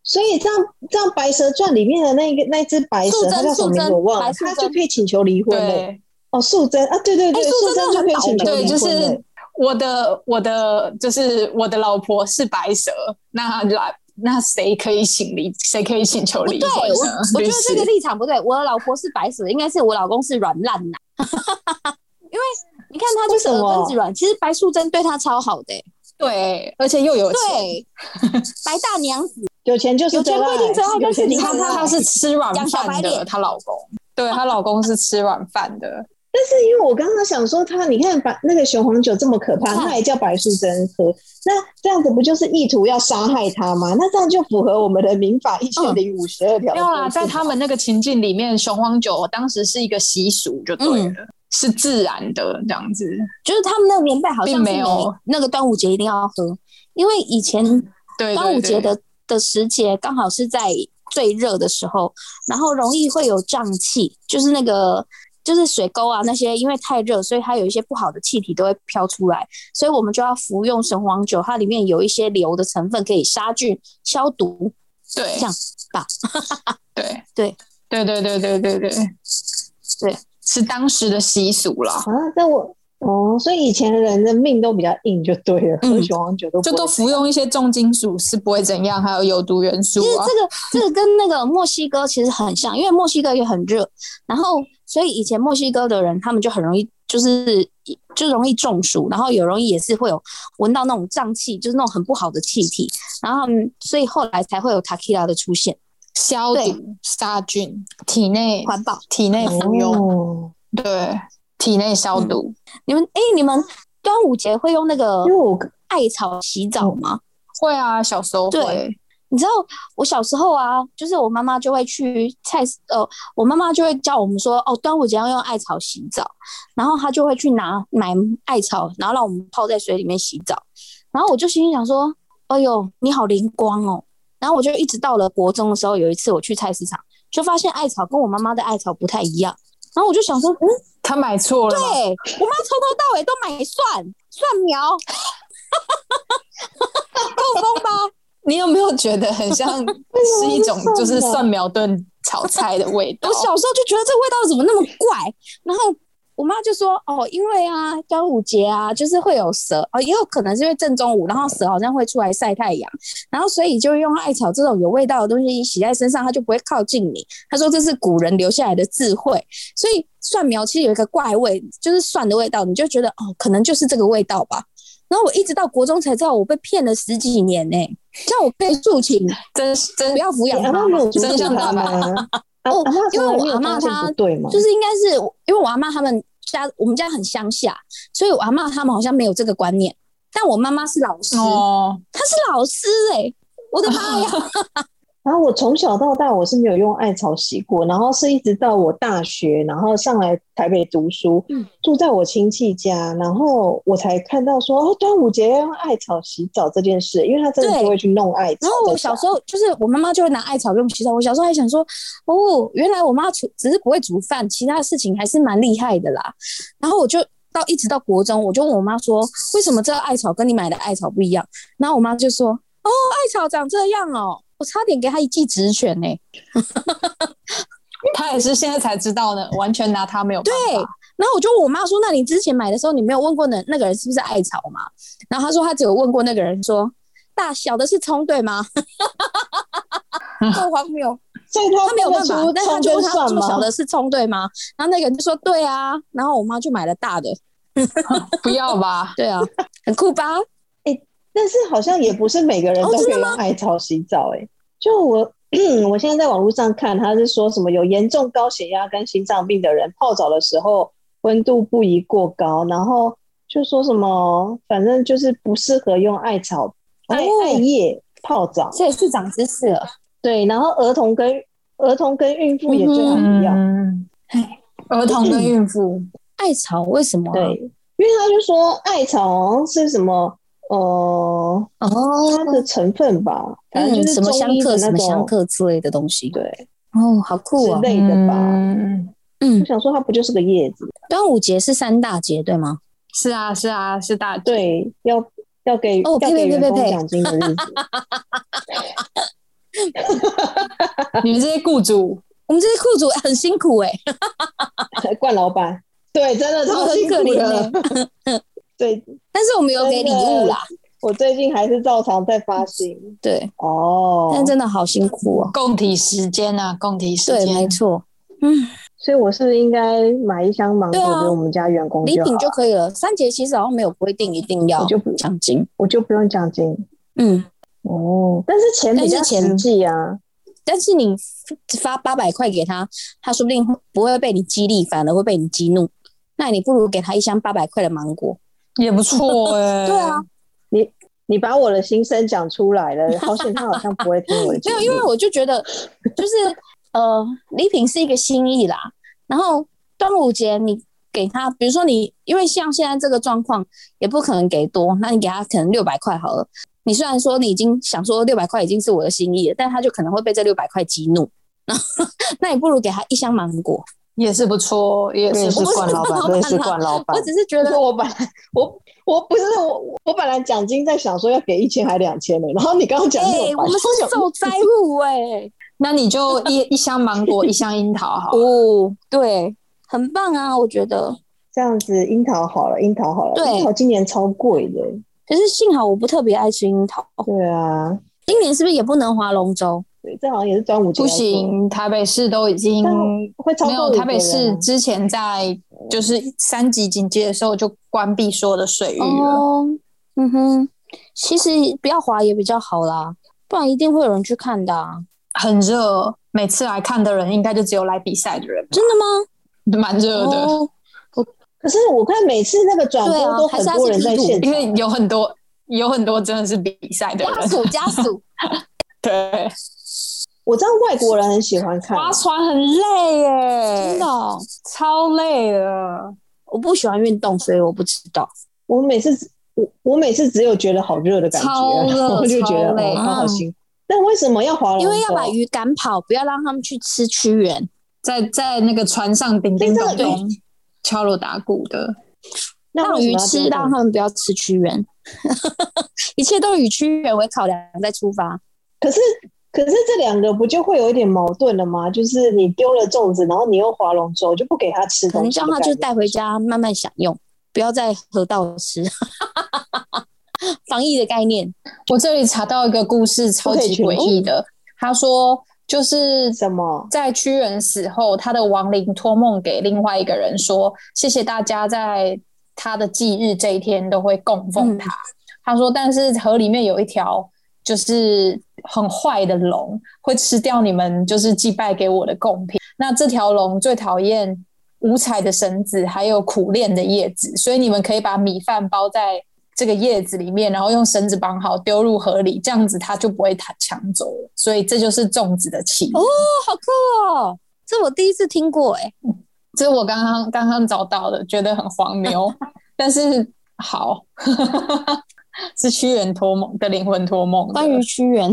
[SPEAKER 1] 所以这样这样，《白蛇传》里面的那个那只白
[SPEAKER 2] 素
[SPEAKER 1] 蛇，
[SPEAKER 2] 贞
[SPEAKER 1] 它叫什么名字我忘了
[SPEAKER 2] 白，素贞
[SPEAKER 1] 它就可以请求离婚了。
[SPEAKER 3] 对
[SPEAKER 1] 哦，素贞啊，对对对，
[SPEAKER 2] 哎素
[SPEAKER 1] 素
[SPEAKER 2] 贞
[SPEAKER 1] 贞就可以请
[SPEAKER 2] 真
[SPEAKER 1] 求
[SPEAKER 2] 的
[SPEAKER 1] 离
[SPEAKER 3] 对，
[SPEAKER 1] 婚
[SPEAKER 3] 就是
[SPEAKER 1] 了。
[SPEAKER 3] 我的我的就是我的老婆是白蛇，那来那谁可以请离？谁可以请求
[SPEAKER 2] 不
[SPEAKER 3] 离
[SPEAKER 2] 哦对，
[SPEAKER 3] 婚
[SPEAKER 2] 我
[SPEAKER 3] 呢？
[SPEAKER 2] 我觉
[SPEAKER 3] 律
[SPEAKER 2] 得这
[SPEAKER 3] 师
[SPEAKER 2] 个立场不对。我的老婆是白蛇，应该是我老公是软烂男， 因为你看他就是耳根子软。其实白素贞对他超好的欸、
[SPEAKER 3] 对，而且又有钱，
[SPEAKER 2] 对，白大娘子
[SPEAKER 1] 有钱就是真爱，
[SPEAKER 2] 有钱不一定真爱但是你
[SPEAKER 1] 有钱
[SPEAKER 3] 她
[SPEAKER 1] 就
[SPEAKER 3] 她
[SPEAKER 1] 爱
[SPEAKER 3] 她是吃软
[SPEAKER 2] 讲小白
[SPEAKER 3] 饭的，
[SPEAKER 2] 脸
[SPEAKER 3] 她老公，对她老公是吃软饭 的，
[SPEAKER 1] 但是因为我刚刚想说他，你看把那个雄黄酒这么可怕，
[SPEAKER 2] 嗯
[SPEAKER 1] 那也叫白素贞喝，那这样子不就是意图要杀害他吗？那这样就符合我们的民法一千零五十二条。
[SPEAKER 3] 没有啦，在他们那个情境里面，雄黄酒当时是一个习俗就对了，
[SPEAKER 2] 嗯
[SPEAKER 3] 是自然的这样子，
[SPEAKER 2] 就是他们那个年代好像
[SPEAKER 3] 并
[SPEAKER 2] 是
[SPEAKER 3] 没有
[SPEAKER 2] 那个端午节一定要喝，因为以前
[SPEAKER 3] 对对
[SPEAKER 2] 端午节
[SPEAKER 3] 对
[SPEAKER 2] 的的时节刚好是在最热的时候，然后容易会有胀气，就是那个就是水沟啊那些，因为太热，所以它有一些不好的气体都会飘出来，所以我们就要服用神黄酒，它里面有一些硫的成分可以杀菌消毒，
[SPEAKER 3] 对
[SPEAKER 2] 这样吧？
[SPEAKER 3] 对对对
[SPEAKER 2] 对
[SPEAKER 3] 对对对对
[SPEAKER 2] 对，
[SPEAKER 3] 是当时的习俗啦，
[SPEAKER 1] 啊，但我哦，所以以前的人的命都比较硬，就对了，
[SPEAKER 2] 嗯
[SPEAKER 1] 喝雄黄酒都不
[SPEAKER 3] 就
[SPEAKER 1] 会
[SPEAKER 3] 都服用一些重金属是不会怎样，还有有毒元素
[SPEAKER 2] 其实
[SPEAKER 3] 啊。
[SPEAKER 2] 这个这个跟那个墨西哥其实很像，因为墨西哥也很热，然后所以以前墨西哥的人他们就很容易就是就容易中暑，然后有容易也是会有闻到那种胀气，就是那种很不好的气体，然后他们所以后来才会有 t a k i l a 的出现，
[SPEAKER 3] 消毒
[SPEAKER 2] 对、
[SPEAKER 3] 杀菌，体内
[SPEAKER 2] 环保。
[SPEAKER 3] 体内服用，
[SPEAKER 1] 哦，
[SPEAKER 3] 对，体内消毒。
[SPEAKER 2] 你们哎、你们端午节会用那个
[SPEAKER 1] 因为我
[SPEAKER 2] 艾草洗澡吗？
[SPEAKER 3] 会啊，小时候会
[SPEAKER 2] 对。你知道我小时候啊，就是我妈妈就会去菜市，呃，我妈妈就会教我们说，哦，端午节要用艾草洗澡，然后她就会去拿买艾草，然后让我们泡在水里面洗澡，然后我就心里想说，哎呦，你好灵光哦，然后我就一直到了国中的时候，有一次我去菜市场，就发现艾草跟我妈妈的艾草不太一样，然后我就想说，嗯，
[SPEAKER 3] 他买错了
[SPEAKER 2] 对
[SPEAKER 3] 吗，
[SPEAKER 2] 我妈从头到尾都买蒜蒜苗，够疯吧？
[SPEAKER 3] 你有没有觉得很像是一种就是蒜苗炖炒菜的味道
[SPEAKER 2] 我？小时候就觉得这味道怎么那么怪，然后我妈就说：“哦，因为啊，端午节啊，就是会有蛇哦，也有可能是因为正中午，然后蛇好像会出来晒太阳，然后所以就用艾草这种有味道的东西洗在身上，它就不会靠近你。”她说这是古人留下来的智慧，所以蒜苗其实有一个怪味，就是蒜的味道，你就觉得哦，可能就是这个味道吧。然后我一直到国中才知道我被骗了十几年呢、叫我被诉请
[SPEAKER 3] 真真
[SPEAKER 2] 不要抚养
[SPEAKER 1] 你阿
[SPEAKER 2] 它
[SPEAKER 1] 妈没有阻
[SPEAKER 3] 真
[SPEAKER 1] 止
[SPEAKER 3] 相
[SPEAKER 1] 他
[SPEAKER 3] 大白
[SPEAKER 1] 吗？阿
[SPEAKER 2] 哦
[SPEAKER 1] 阿妈
[SPEAKER 2] 因
[SPEAKER 1] 从
[SPEAKER 2] 为
[SPEAKER 1] 来
[SPEAKER 2] 我
[SPEAKER 1] 没有
[SPEAKER 2] 阿嬷
[SPEAKER 1] 发现
[SPEAKER 2] 她
[SPEAKER 1] 不对吗？
[SPEAKER 2] 就是应该是因为我阿妈他们家，我们家很乡下，所以我阿妈他们好像没有这个观念。但我妈妈是老师，她、
[SPEAKER 3] 哦，
[SPEAKER 2] 是老师哎、我的妈呀！
[SPEAKER 1] 然后我从小到大我是没有用艾草洗过，然后是一直到我大学，然后上来台北读书，
[SPEAKER 2] 嗯
[SPEAKER 1] 住在我亲戚家，然后我才看到说哦，端午节要用艾草洗澡这件事，因为他真的
[SPEAKER 2] 对
[SPEAKER 1] 就会去弄艾草
[SPEAKER 2] 然后
[SPEAKER 1] 在家。
[SPEAKER 2] 我小时候就是我妈妈就会拿艾草给我们洗澡，我小时候还想说，哦，原来我妈煮只是不会煮饭，其他事情还是蛮厉害的啦。然后我就到一直到国中，我就问我妈说，为什么这个艾草跟你买的艾草不一样？然后我妈就说，哦，艾草长这样哦，我差点给她一记职权呢、
[SPEAKER 3] 他也是现在才知道呢，完全拿他没有办
[SPEAKER 2] 对
[SPEAKER 3] 法。
[SPEAKER 2] 然后我就问我妈说：“那你之前买的时候，你没有问过那那个人是不是艾草吗？”然后她说她只有问过那个人说：“大小的是葱对吗？” 够荒 谬，
[SPEAKER 1] 所以他
[SPEAKER 2] 他没有办法
[SPEAKER 1] 分得出，
[SPEAKER 2] 但他
[SPEAKER 1] 葱
[SPEAKER 2] 就
[SPEAKER 1] 跟
[SPEAKER 2] 问他
[SPEAKER 1] 蒜
[SPEAKER 2] 说：“小
[SPEAKER 1] 吗？
[SPEAKER 2] 的是葱对吗？”然后那个人就说：“对啊。”然后我妈就买了大的，
[SPEAKER 3] 不要 吧，
[SPEAKER 2] 对啊，很酷吧？
[SPEAKER 1] 但是好像也不是每个人
[SPEAKER 2] 哦
[SPEAKER 1] 都可
[SPEAKER 2] 真
[SPEAKER 1] 以
[SPEAKER 2] 的
[SPEAKER 1] 用艾草洗澡、欸，就我。 我现在在网络上看，他是说什么有严重高血压跟心脏病的人泡澡的时候温度不宜过高，然后就说什么反正就是不适合用艾草艾
[SPEAKER 2] 哦
[SPEAKER 1] 艾叶泡澡，
[SPEAKER 2] 这也是长知识了。
[SPEAKER 1] 对，然后儿童跟儿童跟孕妇也最好不要，
[SPEAKER 3] 嗯，儿童跟孕妇，
[SPEAKER 2] 艾草为什么、啊？
[SPEAKER 1] 对，，因为他就说艾草好像是什么呃它
[SPEAKER 2] 哦，
[SPEAKER 1] 的成分吧，反正
[SPEAKER 2] 嗯，
[SPEAKER 1] 就是
[SPEAKER 2] 什么
[SPEAKER 1] 中
[SPEAKER 2] 香
[SPEAKER 1] 医的
[SPEAKER 2] 克、什
[SPEAKER 1] 那
[SPEAKER 2] 么香
[SPEAKER 1] 种
[SPEAKER 2] 克之类的东西。
[SPEAKER 1] 对
[SPEAKER 2] 哦，好酷
[SPEAKER 1] 之
[SPEAKER 2] 哦。
[SPEAKER 1] 类的吧。
[SPEAKER 3] 嗯，
[SPEAKER 2] 嗯
[SPEAKER 1] 我，想说它不就是个叶子？
[SPEAKER 2] 端午节是三大节对吗？
[SPEAKER 3] 是啊，是啊，是大姐，
[SPEAKER 1] 对，要要给
[SPEAKER 2] 哦
[SPEAKER 1] 要
[SPEAKER 2] 呸
[SPEAKER 1] 给
[SPEAKER 2] 呸
[SPEAKER 1] 员
[SPEAKER 2] 呸
[SPEAKER 1] 工
[SPEAKER 2] 呸
[SPEAKER 1] 奖金的日子。啊
[SPEAKER 3] 你们这些雇主
[SPEAKER 2] 我们这些雇主很辛苦哎、
[SPEAKER 1] 冠老板，对，真的
[SPEAKER 2] 真的
[SPEAKER 1] 超
[SPEAKER 2] 哦很
[SPEAKER 1] 辛
[SPEAKER 2] 可
[SPEAKER 1] 苦的。
[SPEAKER 2] 怜
[SPEAKER 1] 对，
[SPEAKER 2] 但是我们有给礼物啦，
[SPEAKER 1] 我最近还是照常在发薪
[SPEAKER 2] 对，
[SPEAKER 1] 哦。
[SPEAKER 2] 但真的好辛苦哦。
[SPEAKER 3] 共体时间啊，共体时
[SPEAKER 2] 对，没
[SPEAKER 3] 间，
[SPEAKER 2] 错，
[SPEAKER 1] 所以我是不是应该买一箱芒
[SPEAKER 2] 对
[SPEAKER 1] 果
[SPEAKER 2] 啊
[SPEAKER 1] 给我们家员工
[SPEAKER 2] 礼
[SPEAKER 1] 就好
[SPEAKER 2] 品？就可以了。三节其实好像没有规定一定要
[SPEAKER 1] 我就不
[SPEAKER 2] 奖金，
[SPEAKER 1] 我就不用奖金
[SPEAKER 2] 嗯，
[SPEAKER 1] 哦，但是钱比较
[SPEAKER 2] 但是钱
[SPEAKER 1] 实际啊。
[SPEAKER 2] 但是你发八百块给他，他说不定不会被你激励，反而会被你激怒。那你不如给他一箱八百块的芒果。
[SPEAKER 3] 也不错
[SPEAKER 1] 呃
[SPEAKER 3] 哎。
[SPEAKER 2] 对啊，
[SPEAKER 1] 你把我的心声讲出来了，好险他好像不会听我的节
[SPEAKER 2] 没
[SPEAKER 1] 目。
[SPEAKER 2] 有，因为我就觉得，就是呃，礼品是一个心意啦。然后端午节你给他，比如说你，因为像现在这个状况，也不可能给多，那你给他可能六百块好了。你虽然说你已经想说六百块已经是我的心意了，但他就可能会被这六百块激怒。 那你不如给他一箱芒果。
[SPEAKER 3] 也是不错，也
[SPEAKER 1] 我也
[SPEAKER 3] 是
[SPEAKER 1] 是
[SPEAKER 3] 不
[SPEAKER 1] 冠
[SPEAKER 3] 错。
[SPEAKER 1] 老板，我也是冠老板
[SPEAKER 2] 我。只是觉得
[SPEAKER 1] 就是我本来我我不是我我本来奖金在想说要给一千还两千呢，然后你刚刚讲
[SPEAKER 2] 哎、
[SPEAKER 1] 六百，
[SPEAKER 2] 我们是
[SPEAKER 1] 想
[SPEAKER 2] 受灾户哎、
[SPEAKER 3] 那你就 一一箱芒果，一箱樱桃好了。
[SPEAKER 2] 哦，对，很棒啊，我觉得。
[SPEAKER 1] 这样子樱桃好了，樱桃好了，
[SPEAKER 2] 对
[SPEAKER 1] 樱桃今年超贵的，
[SPEAKER 2] 可是幸好我不特别爱吃樱桃，
[SPEAKER 1] 对啊，
[SPEAKER 2] 今年是不是也不能划龙舟？
[SPEAKER 1] 对，这好像也是端午节
[SPEAKER 3] 不
[SPEAKER 1] 要做，
[SPEAKER 3] 行，台北市都已经
[SPEAKER 1] 但会超
[SPEAKER 3] 没有。
[SPEAKER 1] 过
[SPEAKER 3] 台北
[SPEAKER 1] 50
[SPEAKER 3] 市
[SPEAKER 1] 人啊
[SPEAKER 3] 之前在就是三级警戒的时候就关闭所有的水域了。
[SPEAKER 2] 哦，嗯哼，其实不要滑也比较好啦，不然一定会有人去看的、啊。
[SPEAKER 3] 很热，每次来看的人应该就只有来比赛的人，
[SPEAKER 2] 真的吗？
[SPEAKER 3] 蛮热的，
[SPEAKER 2] 哦，
[SPEAKER 1] 可是我看每次那个转播
[SPEAKER 2] 对啊
[SPEAKER 1] 都
[SPEAKER 2] 还
[SPEAKER 1] 很
[SPEAKER 2] 是他
[SPEAKER 1] 多
[SPEAKER 2] 是
[SPEAKER 1] 人在
[SPEAKER 2] 拼图
[SPEAKER 1] 现
[SPEAKER 3] 因
[SPEAKER 1] 场，
[SPEAKER 3] 为有很多有很多真的是比赛的
[SPEAKER 2] 家
[SPEAKER 3] 人，
[SPEAKER 2] 属家 属，
[SPEAKER 3] 对，
[SPEAKER 1] 我知道外国人很喜欢看啊，
[SPEAKER 3] 划船很累耶，
[SPEAKER 2] 真的哦、
[SPEAKER 3] 超累的。
[SPEAKER 2] 我不喜欢运动，所以我不知道。
[SPEAKER 1] 我每次只我我每次只有觉得好热的感
[SPEAKER 3] 超
[SPEAKER 1] 觉，
[SPEAKER 3] 热
[SPEAKER 1] 然后就觉得
[SPEAKER 3] 超累
[SPEAKER 1] 哦，他好
[SPEAKER 2] 嗯
[SPEAKER 1] 辛苦。但为什么要划龙舟？
[SPEAKER 2] 因为要把鱼赶跑，不要让他们去吃屈原。
[SPEAKER 3] 在在那个船上叮叮
[SPEAKER 1] 但
[SPEAKER 3] 咚
[SPEAKER 1] 这个
[SPEAKER 3] 咚，敲锣打鼓的。
[SPEAKER 1] 那
[SPEAKER 2] 让
[SPEAKER 1] 为什么
[SPEAKER 2] 鱼
[SPEAKER 1] 要
[SPEAKER 2] 吃，
[SPEAKER 1] 丢
[SPEAKER 2] 让
[SPEAKER 1] 掉
[SPEAKER 2] 他们不要吃屈原， 一切都以屈原为考量再出发。
[SPEAKER 1] 可是可是这两个不就会有一点矛盾了吗？就是你丢了粽子，然后你又划龙舟，就不给他吃
[SPEAKER 2] 可能
[SPEAKER 1] 东西
[SPEAKER 2] 叫
[SPEAKER 1] 的概念，
[SPEAKER 2] 他就带回家慢慢享用，不要在河道吃。 防疫的概念，哦
[SPEAKER 3] 我这里查到一个故事，超级诡异的。他说，就是
[SPEAKER 1] 什么
[SPEAKER 3] 在屈原死后，他的亡灵托梦给另外一个人说：“谢谢大家在他的忌日这一天都会供奉他。他说：“但是河里面有一条就是很坏的龙，会吃掉你们就是祭拜给我的贡品。那这条龙最讨厌五彩的绳子，还有苦练的叶子，所以你们可以把米饭包在这个叶子里面，然后用绳子绑好，丢入河里，这样子它就不会抢抢走了。所以这就是粽子的起源。
[SPEAKER 2] 哦哦，好酷哦！这我第一次听过、欸，哎，
[SPEAKER 3] 这是我刚刚刚刚找到的，觉得很荒 谬，但是好，是屈原托梦的灵魂托梦的。
[SPEAKER 2] 关于屈原，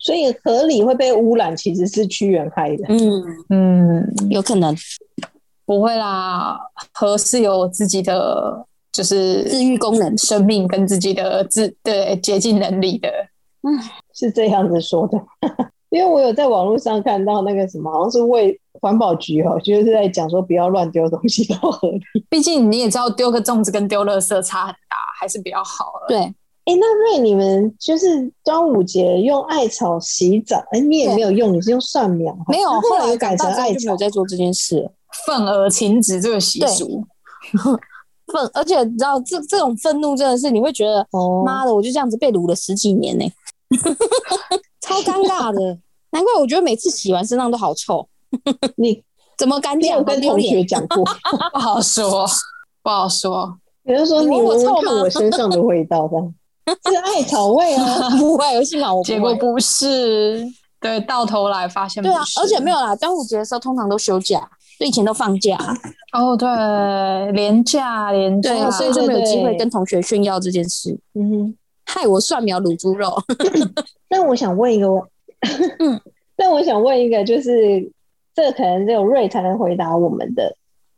[SPEAKER 1] 所以河里会被污染，其实是屈原害的。
[SPEAKER 2] 嗯，
[SPEAKER 3] 嗯，
[SPEAKER 2] 有可能
[SPEAKER 3] 不会啦，河是有自己的就是
[SPEAKER 2] 治愈功能
[SPEAKER 3] 生命跟自己的自对洁净能力的。
[SPEAKER 1] 是这样子说的， 因为我有在网络上看到那个什么，好像是为环保局哦，就是在讲说不要乱丢东西到河 里。
[SPEAKER 3] 毕竟你也知道，丢个粽子跟丢垃圾差很大，还是比较好了。
[SPEAKER 2] 对。
[SPEAKER 1] 哎、那瑞，你们就是端午节用艾草洗澡，哎、你也
[SPEAKER 2] 对
[SPEAKER 1] 没有用，你是用蒜苗哈，
[SPEAKER 2] 没有，
[SPEAKER 1] 那
[SPEAKER 2] 后来
[SPEAKER 1] 有
[SPEAKER 2] 长
[SPEAKER 1] 改成
[SPEAKER 2] 大之后
[SPEAKER 1] 艾
[SPEAKER 2] 就没
[SPEAKER 1] 草
[SPEAKER 2] 有，在做这件事了。
[SPEAKER 3] 愤而停止这个习俗，
[SPEAKER 2] 愤，而且你知道，这这种愤怒真的是你会觉得，
[SPEAKER 1] 哦
[SPEAKER 2] 妈的，我就这样子被撸了十几年呢、超尴尬的。难怪我觉得每次洗完身上都好臭，
[SPEAKER 1] 你
[SPEAKER 2] 怎么敢
[SPEAKER 1] 你有
[SPEAKER 2] 讲？
[SPEAKER 1] 跟
[SPEAKER 2] 好丢
[SPEAKER 1] 同
[SPEAKER 2] 脸
[SPEAKER 1] 学讲过？
[SPEAKER 3] 不好说，不好说。
[SPEAKER 1] 比如说
[SPEAKER 2] 你
[SPEAKER 1] 你
[SPEAKER 2] 闻我
[SPEAKER 1] 闻闻
[SPEAKER 2] 臭
[SPEAKER 1] 看
[SPEAKER 2] 吗
[SPEAKER 1] 我身上的味道吧，是 艾草味啊。
[SPEAKER 2] 不会，有幸好我不
[SPEAKER 3] 结果
[SPEAKER 2] 会。
[SPEAKER 3] 不是，对，到头来发现不
[SPEAKER 2] 对
[SPEAKER 3] 是
[SPEAKER 2] 啊，而且没有啦，端午节的时候通常都休假，所以以前都放假，
[SPEAKER 3] 哦，对，廉价廉
[SPEAKER 2] 对，
[SPEAKER 3] 价，
[SPEAKER 2] 所以就没有机会跟同学炫耀这件事，
[SPEAKER 1] 嗯哼，
[SPEAKER 2] 害我蒜苗卤猪肉。
[SPEAKER 1] 那我想问一个问，
[SPEAKER 2] 嗯，
[SPEAKER 1] 那我想问一个，就是这个可能只有瑞才能回答我们的，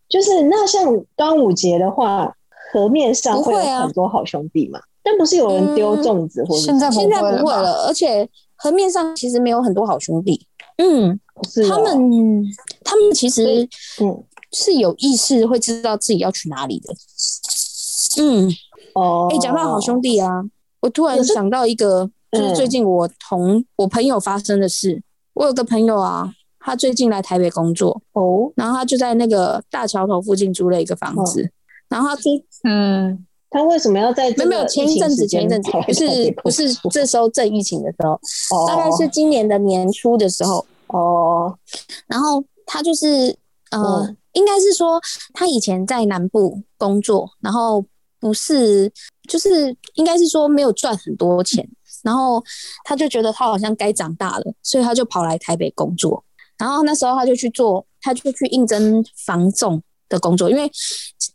[SPEAKER 1] 就是那像端午节的话，河面上
[SPEAKER 2] 不
[SPEAKER 1] 会
[SPEAKER 2] 会
[SPEAKER 1] 有
[SPEAKER 2] 啊
[SPEAKER 1] 很多好兄弟嘛，但不是有人丢
[SPEAKER 2] 嗯
[SPEAKER 1] 粽子或者
[SPEAKER 3] 现在
[SPEAKER 2] 现在不
[SPEAKER 3] 不
[SPEAKER 2] 会
[SPEAKER 3] 了吧，
[SPEAKER 2] 了，而且河面上其实没有很多好兄弟。嗯，
[SPEAKER 1] 是
[SPEAKER 2] 他
[SPEAKER 1] 哦
[SPEAKER 2] 们他们其
[SPEAKER 1] 所
[SPEAKER 2] 实
[SPEAKER 1] 以嗯
[SPEAKER 2] 是有意识会知道自己要去哪里的。嗯，
[SPEAKER 1] 哦，
[SPEAKER 2] 哎、讲到好兄弟啊，我突然
[SPEAKER 1] 可是
[SPEAKER 2] 想到一个，就是
[SPEAKER 1] 嗯
[SPEAKER 2] 最近我同、我朋友发生的事。我有个朋友啊，他最近来台北工作，
[SPEAKER 1] 哦，
[SPEAKER 2] 然后他就在那个大桥头附近租了一个房子。然后他租
[SPEAKER 3] 嗯，
[SPEAKER 1] 他为什么要在
[SPEAKER 2] 没
[SPEAKER 1] 这
[SPEAKER 2] 有没有
[SPEAKER 1] 个
[SPEAKER 2] 前
[SPEAKER 1] 疫
[SPEAKER 2] 一
[SPEAKER 1] 情
[SPEAKER 2] 阵
[SPEAKER 1] 时
[SPEAKER 2] 子前
[SPEAKER 1] 间
[SPEAKER 2] 一阵子
[SPEAKER 1] 跑来
[SPEAKER 2] 不
[SPEAKER 1] 台北
[SPEAKER 2] 是
[SPEAKER 1] 工
[SPEAKER 2] 不是
[SPEAKER 1] 作
[SPEAKER 2] 这时候正疫情的时候，
[SPEAKER 1] 哦
[SPEAKER 2] 大概是今年的年初的时候，
[SPEAKER 1] 哦
[SPEAKER 2] 然后他就是呃，
[SPEAKER 1] 嗯
[SPEAKER 2] 应该是说他以前在南部工作，然后不是就是应该是说没有赚很多钱，然后他就觉得他好像该长大了，所以他就跑来台北工作。然后那时候他就去做，他就去应征房仲的工作，因为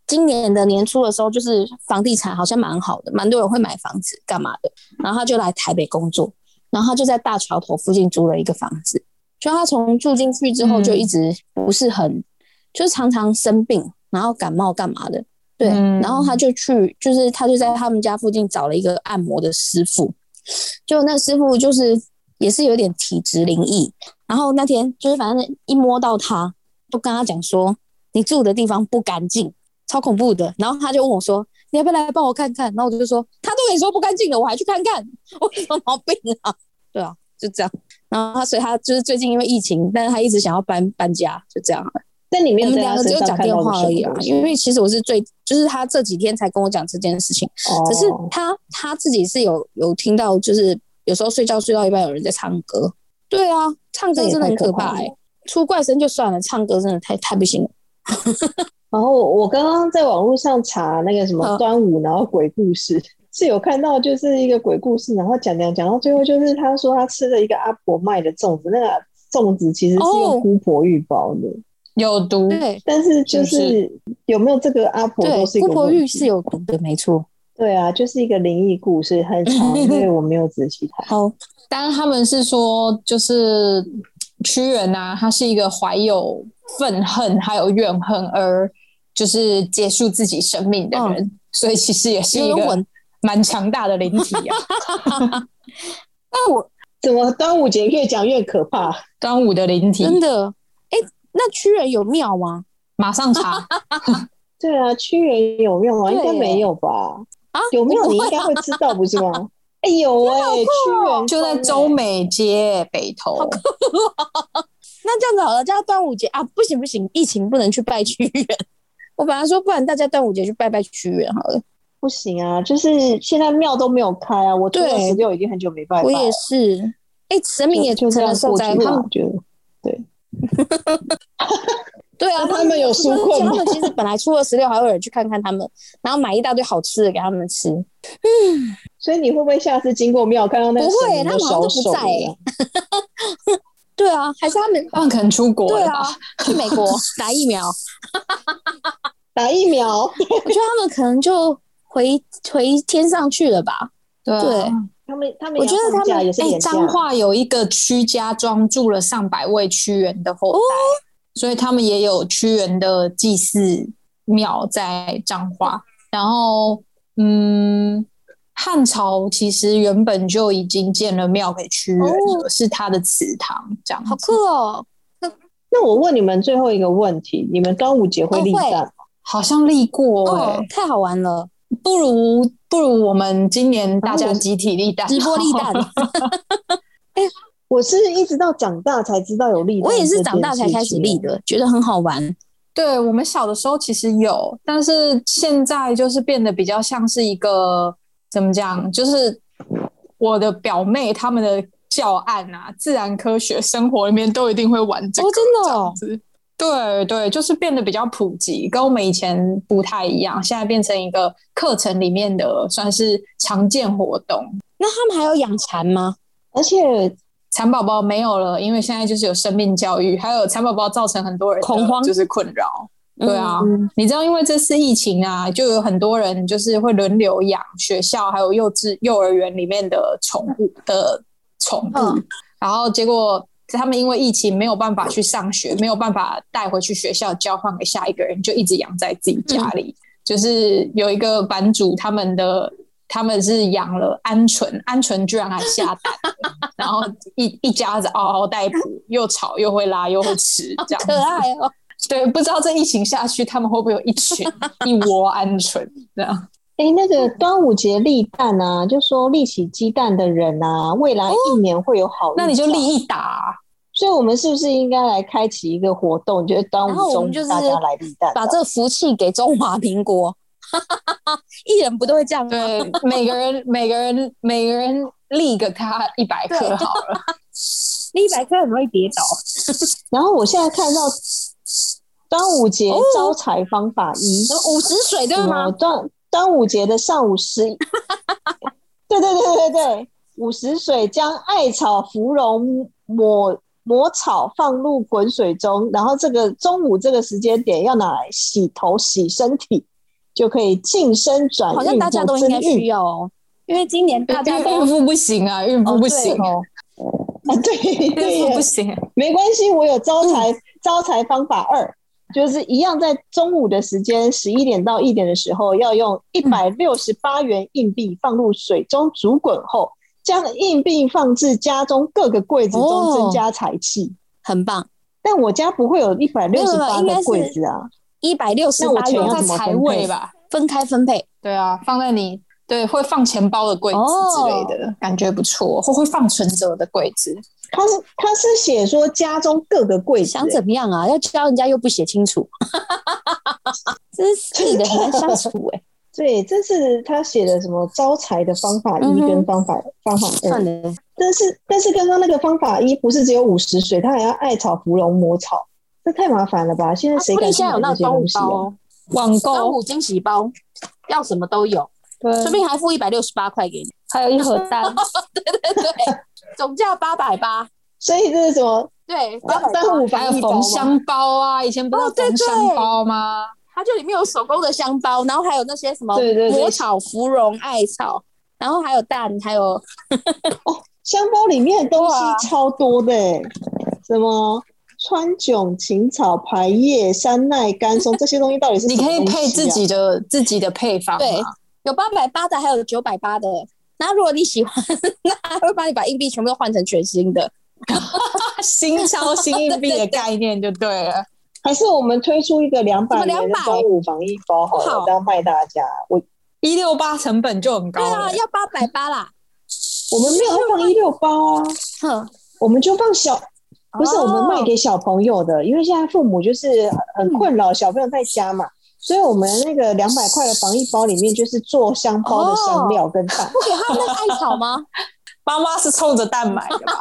[SPEAKER 2] 今年的年初的时候，就是房地产好像蛮好的，蛮多人会买房子干嘛的。然后他就来台北工作，然后他就在大桥头附近租了一个房子。就他从住进去之后，
[SPEAKER 3] 嗯
[SPEAKER 2] 就一直不是很，就是常常生病，然后感冒干嘛的。对，
[SPEAKER 3] 嗯
[SPEAKER 2] 然后他就去，就是他就在他们家附近找了一个按摩的师傅，就那师傅就是也是有点体质灵异，然后那天就是反正一摸到他，就跟他讲说你住的地方不干净，超恐怖的。然后他就问我说你要不要来帮我看看？然后我就说他都跟你说不干净了，我还去看看， 我有什么毛病啊？对啊，就这样。然后他所以他就是最近因为疫情，但是他一直想要搬搬家，就这样。啊
[SPEAKER 1] 但你没
[SPEAKER 2] 我
[SPEAKER 1] 有
[SPEAKER 2] 们
[SPEAKER 1] 在
[SPEAKER 2] 两
[SPEAKER 1] 他
[SPEAKER 2] 个只
[SPEAKER 1] 身
[SPEAKER 2] 有
[SPEAKER 1] 上
[SPEAKER 2] 讲
[SPEAKER 1] 看
[SPEAKER 2] 电
[SPEAKER 1] 到什
[SPEAKER 2] 话
[SPEAKER 1] 么
[SPEAKER 2] 而已啊
[SPEAKER 1] 东，西
[SPEAKER 2] 因为其实我是最就是他这几天才跟我讲这件事情。可是
[SPEAKER 1] 哦
[SPEAKER 2] 他他自己是有有听到，就是有时候睡觉睡到一半有人在唱歌。对啊，唱歌真的很可怕
[SPEAKER 1] 这
[SPEAKER 2] 哎、
[SPEAKER 1] 也太可怕
[SPEAKER 2] 出怪声就算了，唱歌真的太太不行了。
[SPEAKER 1] 然后我刚刚在网络上查那个什么
[SPEAKER 2] 嗯
[SPEAKER 1] 端午，然后鬼故事 是有看到，就是一个鬼故事，然后讲讲讲到最后，就是他说他吃了一个阿婆卖的粽子，那个粽子其实是
[SPEAKER 2] 哦
[SPEAKER 1] 用姑婆玉包的，
[SPEAKER 3] 有毒，
[SPEAKER 2] 对
[SPEAKER 1] 但是就是
[SPEAKER 3] 不
[SPEAKER 1] 是有没有这个阿婆都是
[SPEAKER 2] 对，
[SPEAKER 1] 一个
[SPEAKER 2] 姑婆
[SPEAKER 1] 问
[SPEAKER 2] 玉
[SPEAKER 1] 题
[SPEAKER 2] 是有毒的，没错。
[SPEAKER 1] 对啊，就是一个灵异故事，很长，因 为我没有仔细看。
[SPEAKER 2] 好，
[SPEAKER 3] 但是他们是说，就是屈原啊，他是一个怀有愤恨还有怨恨而就是结束自己生命的人，所以其实也是一
[SPEAKER 2] 有
[SPEAKER 3] 个
[SPEAKER 2] 魂
[SPEAKER 3] 蛮强大的灵体啊。
[SPEAKER 2] 那我
[SPEAKER 1] 怎么端午节越讲越可怕？
[SPEAKER 3] 端午的灵体，
[SPEAKER 2] 真的，哎、那屈原有庙吗？
[SPEAKER 3] 马上查，
[SPEAKER 1] 对啊，屈原有没有啊？
[SPEAKER 2] 对
[SPEAKER 1] 应该没有吧？
[SPEAKER 2] 啊，
[SPEAKER 1] 有没有你应该会知道，不是吗？哎、有哎、屈
[SPEAKER 2] 哦
[SPEAKER 1] 原
[SPEAKER 3] 就在
[SPEAKER 1] 宫哎
[SPEAKER 3] 中美街北头。
[SPEAKER 2] 那这样子好了，叫他端午节啊，不行不行，疫情不能去拜屈原。 我本来说，不然大家端午节去拜拜屈原好了。
[SPEAKER 1] 不行啊，就是现在庙都没有开啊。我初
[SPEAKER 2] 对
[SPEAKER 1] 二十六已经很久没拜拜了，
[SPEAKER 2] 我也是，哎、神明也
[SPEAKER 1] 就就这
[SPEAKER 2] 成
[SPEAKER 1] 样
[SPEAKER 2] 了受
[SPEAKER 1] 过
[SPEAKER 2] 灾啊
[SPEAKER 1] 去吧
[SPEAKER 2] 户。，
[SPEAKER 1] 觉得
[SPEAKER 2] 对啊，
[SPEAKER 1] 那他们有
[SPEAKER 2] 就是
[SPEAKER 1] 纾困
[SPEAKER 2] 他
[SPEAKER 1] 吗
[SPEAKER 2] 们其实本来初二十六还会有人去看看他们，然后买一大堆好吃的给他们吃。
[SPEAKER 1] 所以你会不会下次经过庙看到那个
[SPEAKER 2] 不
[SPEAKER 1] 神
[SPEAKER 2] 会
[SPEAKER 1] 明
[SPEAKER 2] 他
[SPEAKER 1] 都
[SPEAKER 2] 们
[SPEAKER 1] 小
[SPEAKER 2] 好像都不
[SPEAKER 1] 手啊
[SPEAKER 2] 在
[SPEAKER 1] 一样？
[SPEAKER 2] 对啊，还是他们
[SPEAKER 3] 他们可能出国
[SPEAKER 2] 对
[SPEAKER 3] 了
[SPEAKER 2] 啊
[SPEAKER 3] 吧？，
[SPEAKER 2] 去美 国打疫苗，
[SPEAKER 1] 打疫苗，
[SPEAKER 2] 我觉得他们可能就回回天上去了吧。
[SPEAKER 3] 对啊
[SPEAKER 2] 对
[SPEAKER 1] 他们他们
[SPEAKER 2] 我觉
[SPEAKER 1] 也
[SPEAKER 2] 得
[SPEAKER 1] 要
[SPEAKER 2] 他
[SPEAKER 1] 放假
[SPEAKER 2] 们
[SPEAKER 1] 也是
[SPEAKER 3] 哎，
[SPEAKER 1] 廉价，
[SPEAKER 3] 彰化有一个屈家庄住了上百位屈原的后代，所以他们也有屈原的祭祀庙在彰化。然后，嗯，汉朝其实原本就已经建了庙给屈原了，是他的祠堂这样子。
[SPEAKER 2] 好酷哦！
[SPEAKER 1] 那我问你们最后一个问题：你们端午节会立
[SPEAKER 2] 哦会
[SPEAKER 1] 蛋吗？
[SPEAKER 3] 好像立过哎、
[SPEAKER 2] 哦，太好玩 了，
[SPEAKER 3] 不如不如我们今年大
[SPEAKER 1] 啊
[SPEAKER 3] 家
[SPEAKER 1] 我
[SPEAKER 3] 集体立蛋，
[SPEAKER 2] 直播立蛋。
[SPEAKER 1] 我是一直到长大才知道有立蛋，
[SPEAKER 2] 我也是长大才开始
[SPEAKER 1] 啊
[SPEAKER 2] 立。的，觉得很好玩。
[SPEAKER 3] 对，我们小的时候其实有，但是现在就是变得比较像是一个怎么讲，就是我的表妹她们的教案啊，自然科学生活里面都一定会玩这个、
[SPEAKER 2] 哦真的
[SPEAKER 3] 这
[SPEAKER 2] 哦
[SPEAKER 3] 样子。对对，就是变得比较普及，跟我们以前不太一样，现在变成一个课程里面的算是常见活动。
[SPEAKER 2] 那他们还有养蚕吗？
[SPEAKER 1] 而且
[SPEAKER 3] 蚕宝宝没有了，因为现在就是有生命教育，还有蚕宝宝造成很多人的
[SPEAKER 2] 恐慌
[SPEAKER 3] 就是困扰。对啊，
[SPEAKER 1] 嗯
[SPEAKER 3] 你知道，因为这次疫情啊，就有很多人就是会轮流养学校还有幼稚幼儿园里面的宠物的宠物，
[SPEAKER 2] 嗯
[SPEAKER 3] 然后结果他们因为疫情没有办法去上学，没有办法带回去学校交换给下一个人，就一直养在自己家
[SPEAKER 2] 嗯
[SPEAKER 3] 里。就是有一个版主他们的。他们是养了鹌鹑，鹌鹑居然还下蛋了，然后一一家子嗷嗷待哺，又吵又会拉又会吃，这样子
[SPEAKER 2] 可爱哦，
[SPEAKER 3] 对，不知道这疫情下去，他们会不会有一群一窝鹌鹑这样？
[SPEAKER 1] 哎、那个端午节立蛋啊，就说立起鸡蛋的人啊，未来
[SPEAKER 2] 哦
[SPEAKER 1] 一年会有好、
[SPEAKER 3] 那你就立。一打、
[SPEAKER 1] 所以，我们是不是应该来开启一个活动？你觉得端
[SPEAKER 2] 然后
[SPEAKER 1] 午
[SPEAKER 2] 我
[SPEAKER 1] 中
[SPEAKER 2] 们就是
[SPEAKER 1] 大家来立蛋吧，
[SPEAKER 2] 把这福气给中华民国。 一人不都会这样吗？
[SPEAKER 3] 对，每个人每个人每个人立个他一百颗
[SPEAKER 2] 对
[SPEAKER 3] 好了。
[SPEAKER 2] 立一百颗很容易跌倒。
[SPEAKER 1] 然后我现在看到端午节
[SPEAKER 2] 哦
[SPEAKER 1] 招财方法一，
[SPEAKER 2] 嗯五十水对
[SPEAKER 1] 什么
[SPEAKER 2] 吗？
[SPEAKER 1] 端端午节的上午十 一，对对对对对，午时水将艾草、芙蓉抹抹草放入滚水中，然后这个中午这个时间点要拿来洗头、洗身体，就可以净身转运，
[SPEAKER 2] 好像大家都应该需
[SPEAKER 1] 要
[SPEAKER 2] 要哦，因为今年大家
[SPEAKER 3] 孕
[SPEAKER 2] 都
[SPEAKER 3] 孕妇不行啊，孕妇不行，
[SPEAKER 2] 哦，
[SPEAKER 1] 啊， 对对
[SPEAKER 3] 孕妇
[SPEAKER 1] 耶
[SPEAKER 3] 不行。
[SPEAKER 1] 没关系，我有招财、招财方法二，就是一样在中午的时间，十一点到一点的时候，要用一百六十八元硬币放入水中煮滚后，将硬币放置家中各个柜子中，
[SPEAKER 2] 哦
[SPEAKER 1] 增加财气。
[SPEAKER 2] 很棒。
[SPEAKER 1] 但我家不会有一百
[SPEAKER 2] 没
[SPEAKER 1] 六
[SPEAKER 2] 有
[SPEAKER 1] 十
[SPEAKER 2] 啦
[SPEAKER 1] 八
[SPEAKER 2] 应该
[SPEAKER 1] 个
[SPEAKER 2] 是
[SPEAKER 1] 柜子啊，
[SPEAKER 2] 一百六十
[SPEAKER 1] 那我
[SPEAKER 2] 八
[SPEAKER 1] 钱
[SPEAKER 2] 元
[SPEAKER 1] 要
[SPEAKER 3] 放
[SPEAKER 1] 怎
[SPEAKER 3] 在
[SPEAKER 1] 么
[SPEAKER 3] 财
[SPEAKER 1] 分
[SPEAKER 3] 位
[SPEAKER 1] 配
[SPEAKER 3] 吧。
[SPEAKER 2] 分开分配，
[SPEAKER 3] 对啊，放在你对会放钱包的柜子之类的，感觉不错，或会放存折的柜子。
[SPEAKER 1] 他是他是写说家中各个柜子、
[SPEAKER 2] 想怎么样啊？要教人家又不写清楚， 真是的，很难相处哎、
[SPEAKER 1] 对，这是他写的什么招财的方法一
[SPEAKER 2] 嗯哼
[SPEAKER 1] 跟方法、方法二
[SPEAKER 2] 算。了，
[SPEAKER 1] 但是但是刚刚那个方法一不是只有五十水，它还要艾草、芙蓉、抹草，这太麻烦了吧？现在谁
[SPEAKER 2] 啊说不
[SPEAKER 1] 敢
[SPEAKER 2] 定
[SPEAKER 1] 去
[SPEAKER 2] 现在有
[SPEAKER 1] 买
[SPEAKER 2] 那
[SPEAKER 1] 这些
[SPEAKER 2] 个端午
[SPEAKER 1] 东西
[SPEAKER 2] 包
[SPEAKER 1] 啊？
[SPEAKER 2] 哦，
[SPEAKER 3] 网
[SPEAKER 2] 端
[SPEAKER 3] 购
[SPEAKER 2] 午惊喜包，要什么都有，
[SPEAKER 3] 对，
[SPEAKER 2] 说不定还付一百六十八块给你。
[SPEAKER 3] 还有一盒蛋。
[SPEAKER 2] 对对，总价八百八，
[SPEAKER 1] 所以这是什
[SPEAKER 2] 啊
[SPEAKER 1] 么
[SPEAKER 2] 对，八百
[SPEAKER 1] 端
[SPEAKER 2] 八
[SPEAKER 1] 端午
[SPEAKER 3] 还
[SPEAKER 1] 防
[SPEAKER 3] 有
[SPEAKER 1] 疫包
[SPEAKER 3] 缝
[SPEAKER 1] 吗？
[SPEAKER 3] 香包啊，以前不是有
[SPEAKER 2] 哦对
[SPEAKER 3] 缝香包吗？
[SPEAKER 2] 它就里面有手工的香包，然后还有那些什么
[SPEAKER 1] 对对对
[SPEAKER 2] 魔草、芙蓉、艾草，然后还有蛋，还有
[SPEAKER 1] 香包里面的东
[SPEAKER 2] 哇
[SPEAKER 1] 西超多的、欸，什么川芎、芹草、排叶、山奈、甘松这些东西啊到底 是、
[SPEAKER 3] 你可以配自己。的自己的配方
[SPEAKER 2] 对
[SPEAKER 3] 嘛，
[SPEAKER 2] 有八百八的，还有九百八的。那如果你喜欢， 那还会帮你把硬币全部都换成全新的。
[SPEAKER 3] 新钞新硬币的概念就对了。
[SPEAKER 1] 还是我们推出一个两百
[SPEAKER 2] 怎么
[SPEAKER 1] 元的
[SPEAKER 2] 200
[SPEAKER 1] 中午防疫包好了，
[SPEAKER 2] 好
[SPEAKER 1] 这样卖大家。我
[SPEAKER 3] 一六八成本就很高
[SPEAKER 2] 对
[SPEAKER 1] 欸
[SPEAKER 3] 了
[SPEAKER 2] 啊，，要八百八啦。
[SPEAKER 1] 我们没有要放一六八啊，
[SPEAKER 2] 哼，
[SPEAKER 1] 我们就放小，不是我们卖
[SPEAKER 2] 哦
[SPEAKER 1] 给小朋友的，因为现在父母就是很
[SPEAKER 2] 嗯
[SPEAKER 1] 很困扰小朋友在家嘛，所以我们那个两百块的防疫包里面就是做香包的香料跟蛋。
[SPEAKER 2] 不给他那个艾 草吗？
[SPEAKER 3] 妈妈是冲着蛋买的吧？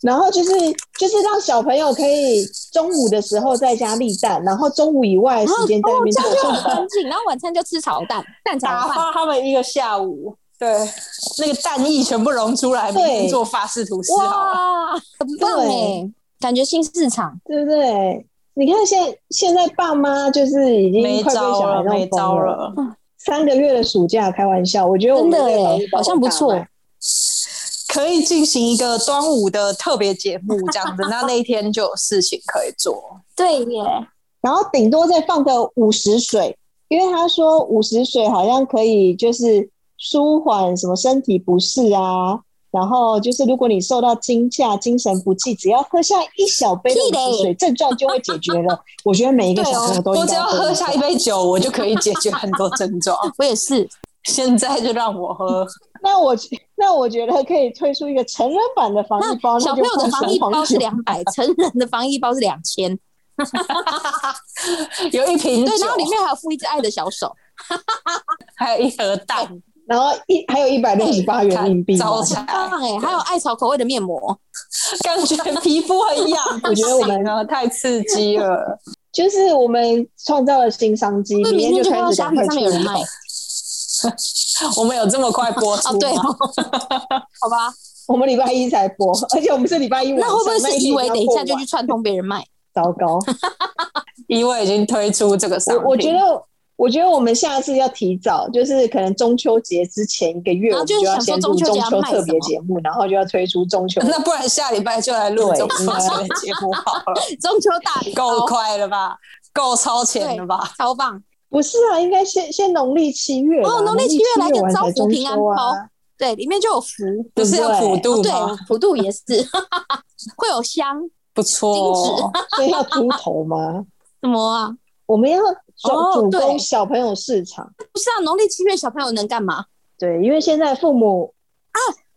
[SPEAKER 1] 然后就是就是让小朋友可以中午的时候在家立蛋，然后中午以外的时间在那边
[SPEAKER 2] 哦这
[SPEAKER 1] 做
[SPEAKER 2] 样就
[SPEAKER 1] 饭。
[SPEAKER 2] 很干净。然后晚餐就吃炒蛋，蛋
[SPEAKER 3] 打
[SPEAKER 2] 炒饭。
[SPEAKER 3] 发他们一个下午，对，那个蛋液全部溶出来，
[SPEAKER 1] 对
[SPEAKER 3] 明天做法式吐司好了。
[SPEAKER 2] 哇，很棒哎、
[SPEAKER 1] 啊对
[SPEAKER 2] 感觉新市场。
[SPEAKER 1] 对不对？你看现在现在爸妈就是已经
[SPEAKER 3] 没
[SPEAKER 1] 快被小
[SPEAKER 3] 招
[SPEAKER 1] 孩
[SPEAKER 3] 了，没
[SPEAKER 1] 弄
[SPEAKER 3] 招
[SPEAKER 1] 疯了，
[SPEAKER 3] 了。
[SPEAKER 1] 三个月的暑假开玩笑，我觉得我们
[SPEAKER 2] 真的
[SPEAKER 1] 这个
[SPEAKER 2] 耶
[SPEAKER 1] 防疫包
[SPEAKER 2] 好像不
[SPEAKER 1] 大卖
[SPEAKER 2] 错
[SPEAKER 3] 可以进行一个端午的特别节目，这样子，那那一天就有事情可以做。
[SPEAKER 2] 对耶，
[SPEAKER 1] 然后顶多再放个五十水，因为他说五十水好像可以就是舒缓什么身体不适啊，然后就是如果你受到惊吓、精神不济，只要喝下一小杯的
[SPEAKER 2] 屁
[SPEAKER 1] 五
[SPEAKER 2] 嘞
[SPEAKER 1] 十水，症状就会解决了。我觉得每一个
[SPEAKER 3] 对
[SPEAKER 1] 小朋友
[SPEAKER 3] 哦，
[SPEAKER 1] 都应
[SPEAKER 3] 我只
[SPEAKER 1] 该
[SPEAKER 3] 要喝下一杯酒，我就可以解决很多症状。
[SPEAKER 2] 我也是。
[SPEAKER 3] 现在就让我喝，
[SPEAKER 1] 那我那我觉得可以推出一个成人版的防疫包，
[SPEAKER 2] 那小朋友的防疫包是
[SPEAKER 1] 两。
[SPEAKER 2] 两百，成人的防疫包是两 千。
[SPEAKER 3] 有一瓶酒
[SPEAKER 2] 对，，然后里面还有附一只爱的小 手。
[SPEAKER 3] 还有一盒蛋，
[SPEAKER 1] 然后一还有一百六十八元硬币嘛，
[SPEAKER 3] 招财，
[SPEAKER 2] 棒哎、还有艾草口味的面膜。
[SPEAKER 3] 感觉皮肤很痒。
[SPEAKER 1] 我觉得我们
[SPEAKER 3] 不行啊太刺激了。
[SPEAKER 1] 就是我们创造了新商机，
[SPEAKER 2] 对，
[SPEAKER 1] 明天
[SPEAKER 2] 明天就
[SPEAKER 1] 开
[SPEAKER 2] 看到
[SPEAKER 1] 始
[SPEAKER 2] 虾
[SPEAKER 1] 赶快
[SPEAKER 2] 皮上面有人
[SPEAKER 1] 出
[SPEAKER 2] 卖。
[SPEAKER 3] 我们有这么快播出吗？
[SPEAKER 2] 哦，对哦，好吧，
[SPEAKER 1] 我们礼拜一才播， 而且我们是礼拜一晚
[SPEAKER 2] 那
[SPEAKER 1] 上，
[SPEAKER 2] 会不会是以为
[SPEAKER 1] 啊那天
[SPEAKER 2] 等一
[SPEAKER 1] 定
[SPEAKER 2] 下
[SPEAKER 1] 要播
[SPEAKER 2] 就
[SPEAKER 1] 完
[SPEAKER 2] 去串通别人卖？
[SPEAKER 1] 糟 糕？
[SPEAKER 3] 因为已经推出这个商品，
[SPEAKER 1] 我我觉得。我觉得我们下次要提早，就是可能中秋节之前一个月，
[SPEAKER 2] 然
[SPEAKER 1] 我
[SPEAKER 2] 后
[SPEAKER 1] 们
[SPEAKER 2] 就
[SPEAKER 1] 要
[SPEAKER 2] 想
[SPEAKER 1] 先
[SPEAKER 2] 说
[SPEAKER 1] 录
[SPEAKER 2] 中秋
[SPEAKER 1] 中
[SPEAKER 2] 节要
[SPEAKER 1] 秋
[SPEAKER 2] 卖
[SPEAKER 1] 特别
[SPEAKER 2] 什么
[SPEAKER 1] 节目，然后就要推出中秋。
[SPEAKER 3] 那不然下礼拜就来录
[SPEAKER 1] 对
[SPEAKER 3] 中秋节的节目好了，
[SPEAKER 2] 中秋大礼
[SPEAKER 3] 够
[SPEAKER 2] 包，
[SPEAKER 3] 快了吧？够超前了吧？
[SPEAKER 2] 超棒！
[SPEAKER 1] 不是啊，应该先先农历七月吧
[SPEAKER 2] 哦农历七月来个
[SPEAKER 1] 啊农历七完才
[SPEAKER 2] 招福
[SPEAKER 1] 中
[SPEAKER 2] 平安
[SPEAKER 1] 秋啊
[SPEAKER 2] 包对，里面就有福，
[SPEAKER 3] 不是要普
[SPEAKER 2] 哦
[SPEAKER 3] 渡
[SPEAKER 2] 对
[SPEAKER 3] 吗？，
[SPEAKER 2] 普渡也是， 会有香
[SPEAKER 3] 不错哦，
[SPEAKER 1] 所以要秃头吗？
[SPEAKER 2] 什么啊？
[SPEAKER 1] 我们要
[SPEAKER 2] 哦
[SPEAKER 1] 主主
[SPEAKER 2] 对
[SPEAKER 1] 攻小朋友市场。
[SPEAKER 2] 不是啊，农历七月小朋友能干嘛？
[SPEAKER 1] 对，因为现在父母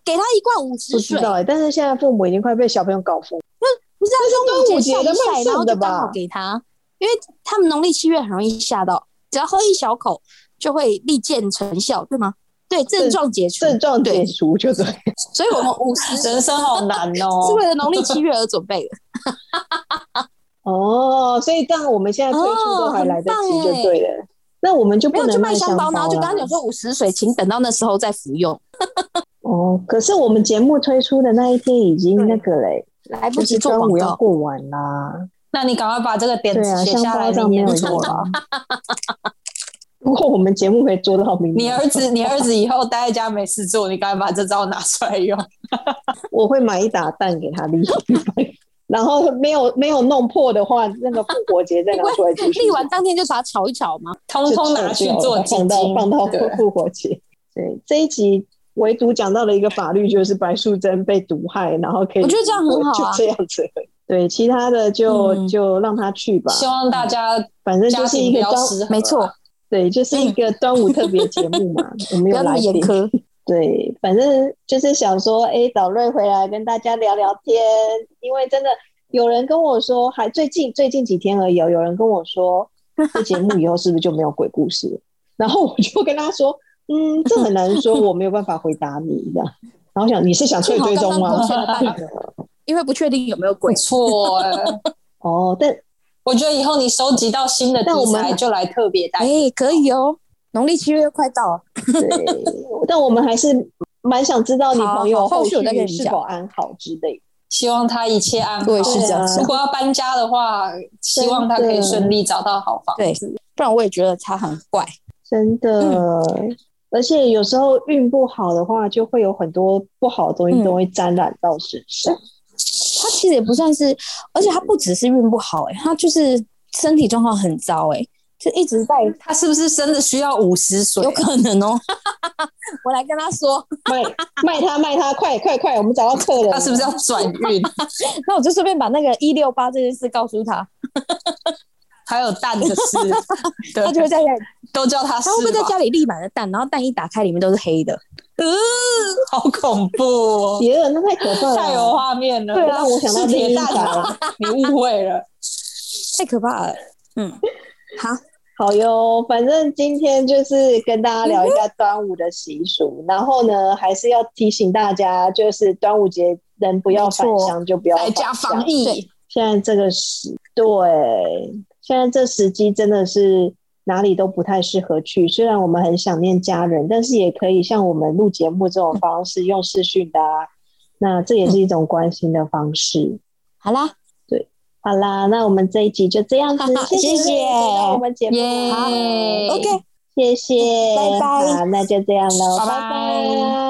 [SPEAKER 2] 给他一罐五十
[SPEAKER 1] 不
[SPEAKER 2] 水
[SPEAKER 1] 知，道、欸，但是现在父母已经快被小朋友搞疯。
[SPEAKER 2] 不是啊，
[SPEAKER 1] 那是
[SPEAKER 2] 中午
[SPEAKER 1] 端午节
[SPEAKER 2] 节
[SPEAKER 1] 的
[SPEAKER 2] 晒
[SPEAKER 1] 卖
[SPEAKER 2] 一晒，然
[SPEAKER 1] 剩
[SPEAKER 2] 后
[SPEAKER 1] 的
[SPEAKER 2] 就
[SPEAKER 1] 吧
[SPEAKER 2] 刚好给他，因为他们农历七月很容易吓到，只要喝一小口就会立见成效，对吗？对，症状解除，
[SPEAKER 1] 症状解
[SPEAKER 2] 对，
[SPEAKER 1] 除就 对。
[SPEAKER 2] 所以我们五十
[SPEAKER 3] 人生好难
[SPEAKER 2] 是
[SPEAKER 3] 哦
[SPEAKER 2] 为。了农历七月而准备的，
[SPEAKER 1] 哦，所以这样我们现在推出
[SPEAKER 2] 哦
[SPEAKER 1] 都还来得及就对了。那我们就
[SPEAKER 2] 欸没
[SPEAKER 1] 不
[SPEAKER 2] 有就
[SPEAKER 1] 能
[SPEAKER 2] 卖
[SPEAKER 1] 香啊
[SPEAKER 2] 香包，然后就
[SPEAKER 1] 了
[SPEAKER 2] 跟他讲说五十水，请等到那时候再服用，
[SPEAKER 1] 哦，可是我们节目推出的那一天已经那个嘞，
[SPEAKER 2] 来不
[SPEAKER 1] 就
[SPEAKER 2] 及
[SPEAKER 1] 是
[SPEAKER 2] 做
[SPEAKER 1] 端
[SPEAKER 2] 广
[SPEAKER 1] 午要
[SPEAKER 2] 告。
[SPEAKER 1] 过完啦。
[SPEAKER 3] 那你赶快把这个点
[SPEAKER 1] 对啊，
[SPEAKER 3] 子写
[SPEAKER 1] 香
[SPEAKER 3] 下
[SPEAKER 1] 包
[SPEAKER 3] 来，
[SPEAKER 1] 上没
[SPEAKER 3] 明
[SPEAKER 1] 有
[SPEAKER 3] 年
[SPEAKER 1] 做
[SPEAKER 3] 做
[SPEAKER 1] 啦
[SPEAKER 3] 了。。
[SPEAKER 1] 如果我们节目可以做到明
[SPEAKER 3] 你
[SPEAKER 1] 年，
[SPEAKER 3] 儿子，你儿子以后待在家没事做，你赶快把这招拿出来 用。
[SPEAKER 1] 我会买一打蛋给他立。 然后没有没有弄破的话，那个复活节再拿出来继续
[SPEAKER 2] 立完当天就把它炒一炒嘛，
[SPEAKER 3] 通
[SPEAKER 1] 就
[SPEAKER 3] 通
[SPEAKER 1] 撤
[SPEAKER 3] 拿去
[SPEAKER 1] 掉
[SPEAKER 3] 做
[SPEAKER 1] 了
[SPEAKER 3] 基
[SPEAKER 1] 放到
[SPEAKER 3] 金，
[SPEAKER 1] 啊放到
[SPEAKER 3] 对
[SPEAKER 1] 复活节。对，这一集唯独讲到了一个法律，就是白素贞被毒害，然后可以
[SPEAKER 2] 我觉得这样很好啊
[SPEAKER 1] 就这样子 而已。对，其他的就、
[SPEAKER 2] 嗯
[SPEAKER 1] 就让他去吧，
[SPEAKER 3] 希望大家
[SPEAKER 1] 反正就
[SPEAKER 3] 家
[SPEAKER 1] 是
[SPEAKER 3] 庭
[SPEAKER 1] 一
[SPEAKER 3] 不
[SPEAKER 1] 个
[SPEAKER 3] 要
[SPEAKER 1] 端
[SPEAKER 3] 失嗯衡。
[SPEAKER 2] 没错，
[SPEAKER 1] 对，就是一个端午特别节目 嘛，我们
[SPEAKER 2] 不
[SPEAKER 1] 有
[SPEAKER 2] 要那
[SPEAKER 1] 来
[SPEAKER 2] 么严
[SPEAKER 1] 宾。
[SPEAKER 2] 苛。
[SPEAKER 1] 对，反正就是想说，哎、找瑞回来跟大家聊聊天，因为真的有人跟我说，还最近最近几天而已哦，有人跟我说，这节目以后是不是就没有鬼故事了？然后我就跟他说，嗯，这很难说，我没有办法回答你的。然后想你是想退
[SPEAKER 2] 幸好
[SPEAKER 1] 追
[SPEAKER 2] 刚
[SPEAKER 1] 踪
[SPEAKER 2] 刚
[SPEAKER 1] 吗
[SPEAKER 2] 勾？选了 半个，因为不确定有没有鬼
[SPEAKER 3] 没。错欸，
[SPEAKER 1] 哦，但
[SPEAKER 3] 我觉得以后你收集到新的
[SPEAKER 1] 但我
[SPEAKER 3] 题
[SPEAKER 1] 们
[SPEAKER 3] 材就来特别带
[SPEAKER 2] 哎、可以哦， 农历七月快到了，
[SPEAKER 1] 对，但我们还是蛮想知道你
[SPEAKER 2] 好
[SPEAKER 1] 朋友
[SPEAKER 2] 好后续
[SPEAKER 1] 续
[SPEAKER 2] 我再跟你
[SPEAKER 1] 是
[SPEAKER 2] 讲
[SPEAKER 1] 否安好之类的。
[SPEAKER 3] 希望他一切安好。
[SPEAKER 2] 我也是这样
[SPEAKER 1] 对啊
[SPEAKER 2] 想
[SPEAKER 3] 如，果要搬家的话，希望他可以顺利找到好房。
[SPEAKER 2] 对，不然我也觉得他很怪。
[SPEAKER 1] 真的，
[SPEAKER 3] 嗯
[SPEAKER 1] 而且有时候运不好的话，就会有很多不好的东西
[SPEAKER 2] 嗯
[SPEAKER 1] 都会沾染到身上。
[SPEAKER 2] 它其实也不算是，而且它不只是运不好、欸，哎，它就是身体状况很糟、欸，哎，就一直在，
[SPEAKER 3] 他是不是真的需要五十水？
[SPEAKER 2] 有可能哦、 我来跟他说，
[SPEAKER 1] 卖卖它卖它，快快快，我们找到客人了。
[SPEAKER 3] 他啊是不是要转运？
[SPEAKER 2] 那我就顺便把那个一六八这件事告诉他，
[SPEAKER 3] 还有蛋的事，对
[SPEAKER 2] 他就会 在家里，
[SPEAKER 3] 都叫他是
[SPEAKER 2] 他会不会在
[SPEAKER 3] 吧
[SPEAKER 2] 家里立买了蛋，然后蛋一打开里面都是黑的？
[SPEAKER 3] 好恐怖 哦，
[SPEAKER 1] 别人那太可怕了，
[SPEAKER 3] 太有画面了。
[SPEAKER 1] 啊对啊让我想到
[SPEAKER 3] 是
[SPEAKER 1] 这
[SPEAKER 3] 铁
[SPEAKER 1] 一
[SPEAKER 3] 蛋
[SPEAKER 1] 了。
[SPEAKER 3] 啊，你误会了。
[SPEAKER 2] 太可怕了。嗯，好，
[SPEAKER 1] 好哟，反正今天就是跟大家聊一下端午的习俗，然后呢，还是要提醒大家，就是端午节人不要返乡，就不要
[SPEAKER 3] 在家
[SPEAKER 1] 返乡
[SPEAKER 3] 防。疫，
[SPEAKER 1] 现在这个时，对，现在这时机真的是哪里都不太适合去。虽然我们很想念家人，但是也可以像我们录节目这种方式，用视讯的、啊，那这也是一种关心的方
[SPEAKER 3] 嗯
[SPEAKER 1] 式。
[SPEAKER 2] 好啦，，
[SPEAKER 1] 好啦，那我们这一集就这 样子谢
[SPEAKER 2] 谢谢
[SPEAKER 1] 瑞来到我们节目
[SPEAKER 3] 耶
[SPEAKER 1] 好
[SPEAKER 2] OK
[SPEAKER 1] 谢谢，
[SPEAKER 2] 拜拜
[SPEAKER 1] 好，那就这样喽，
[SPEAKER 3] 拜拜
[SPEAKER 1] 拜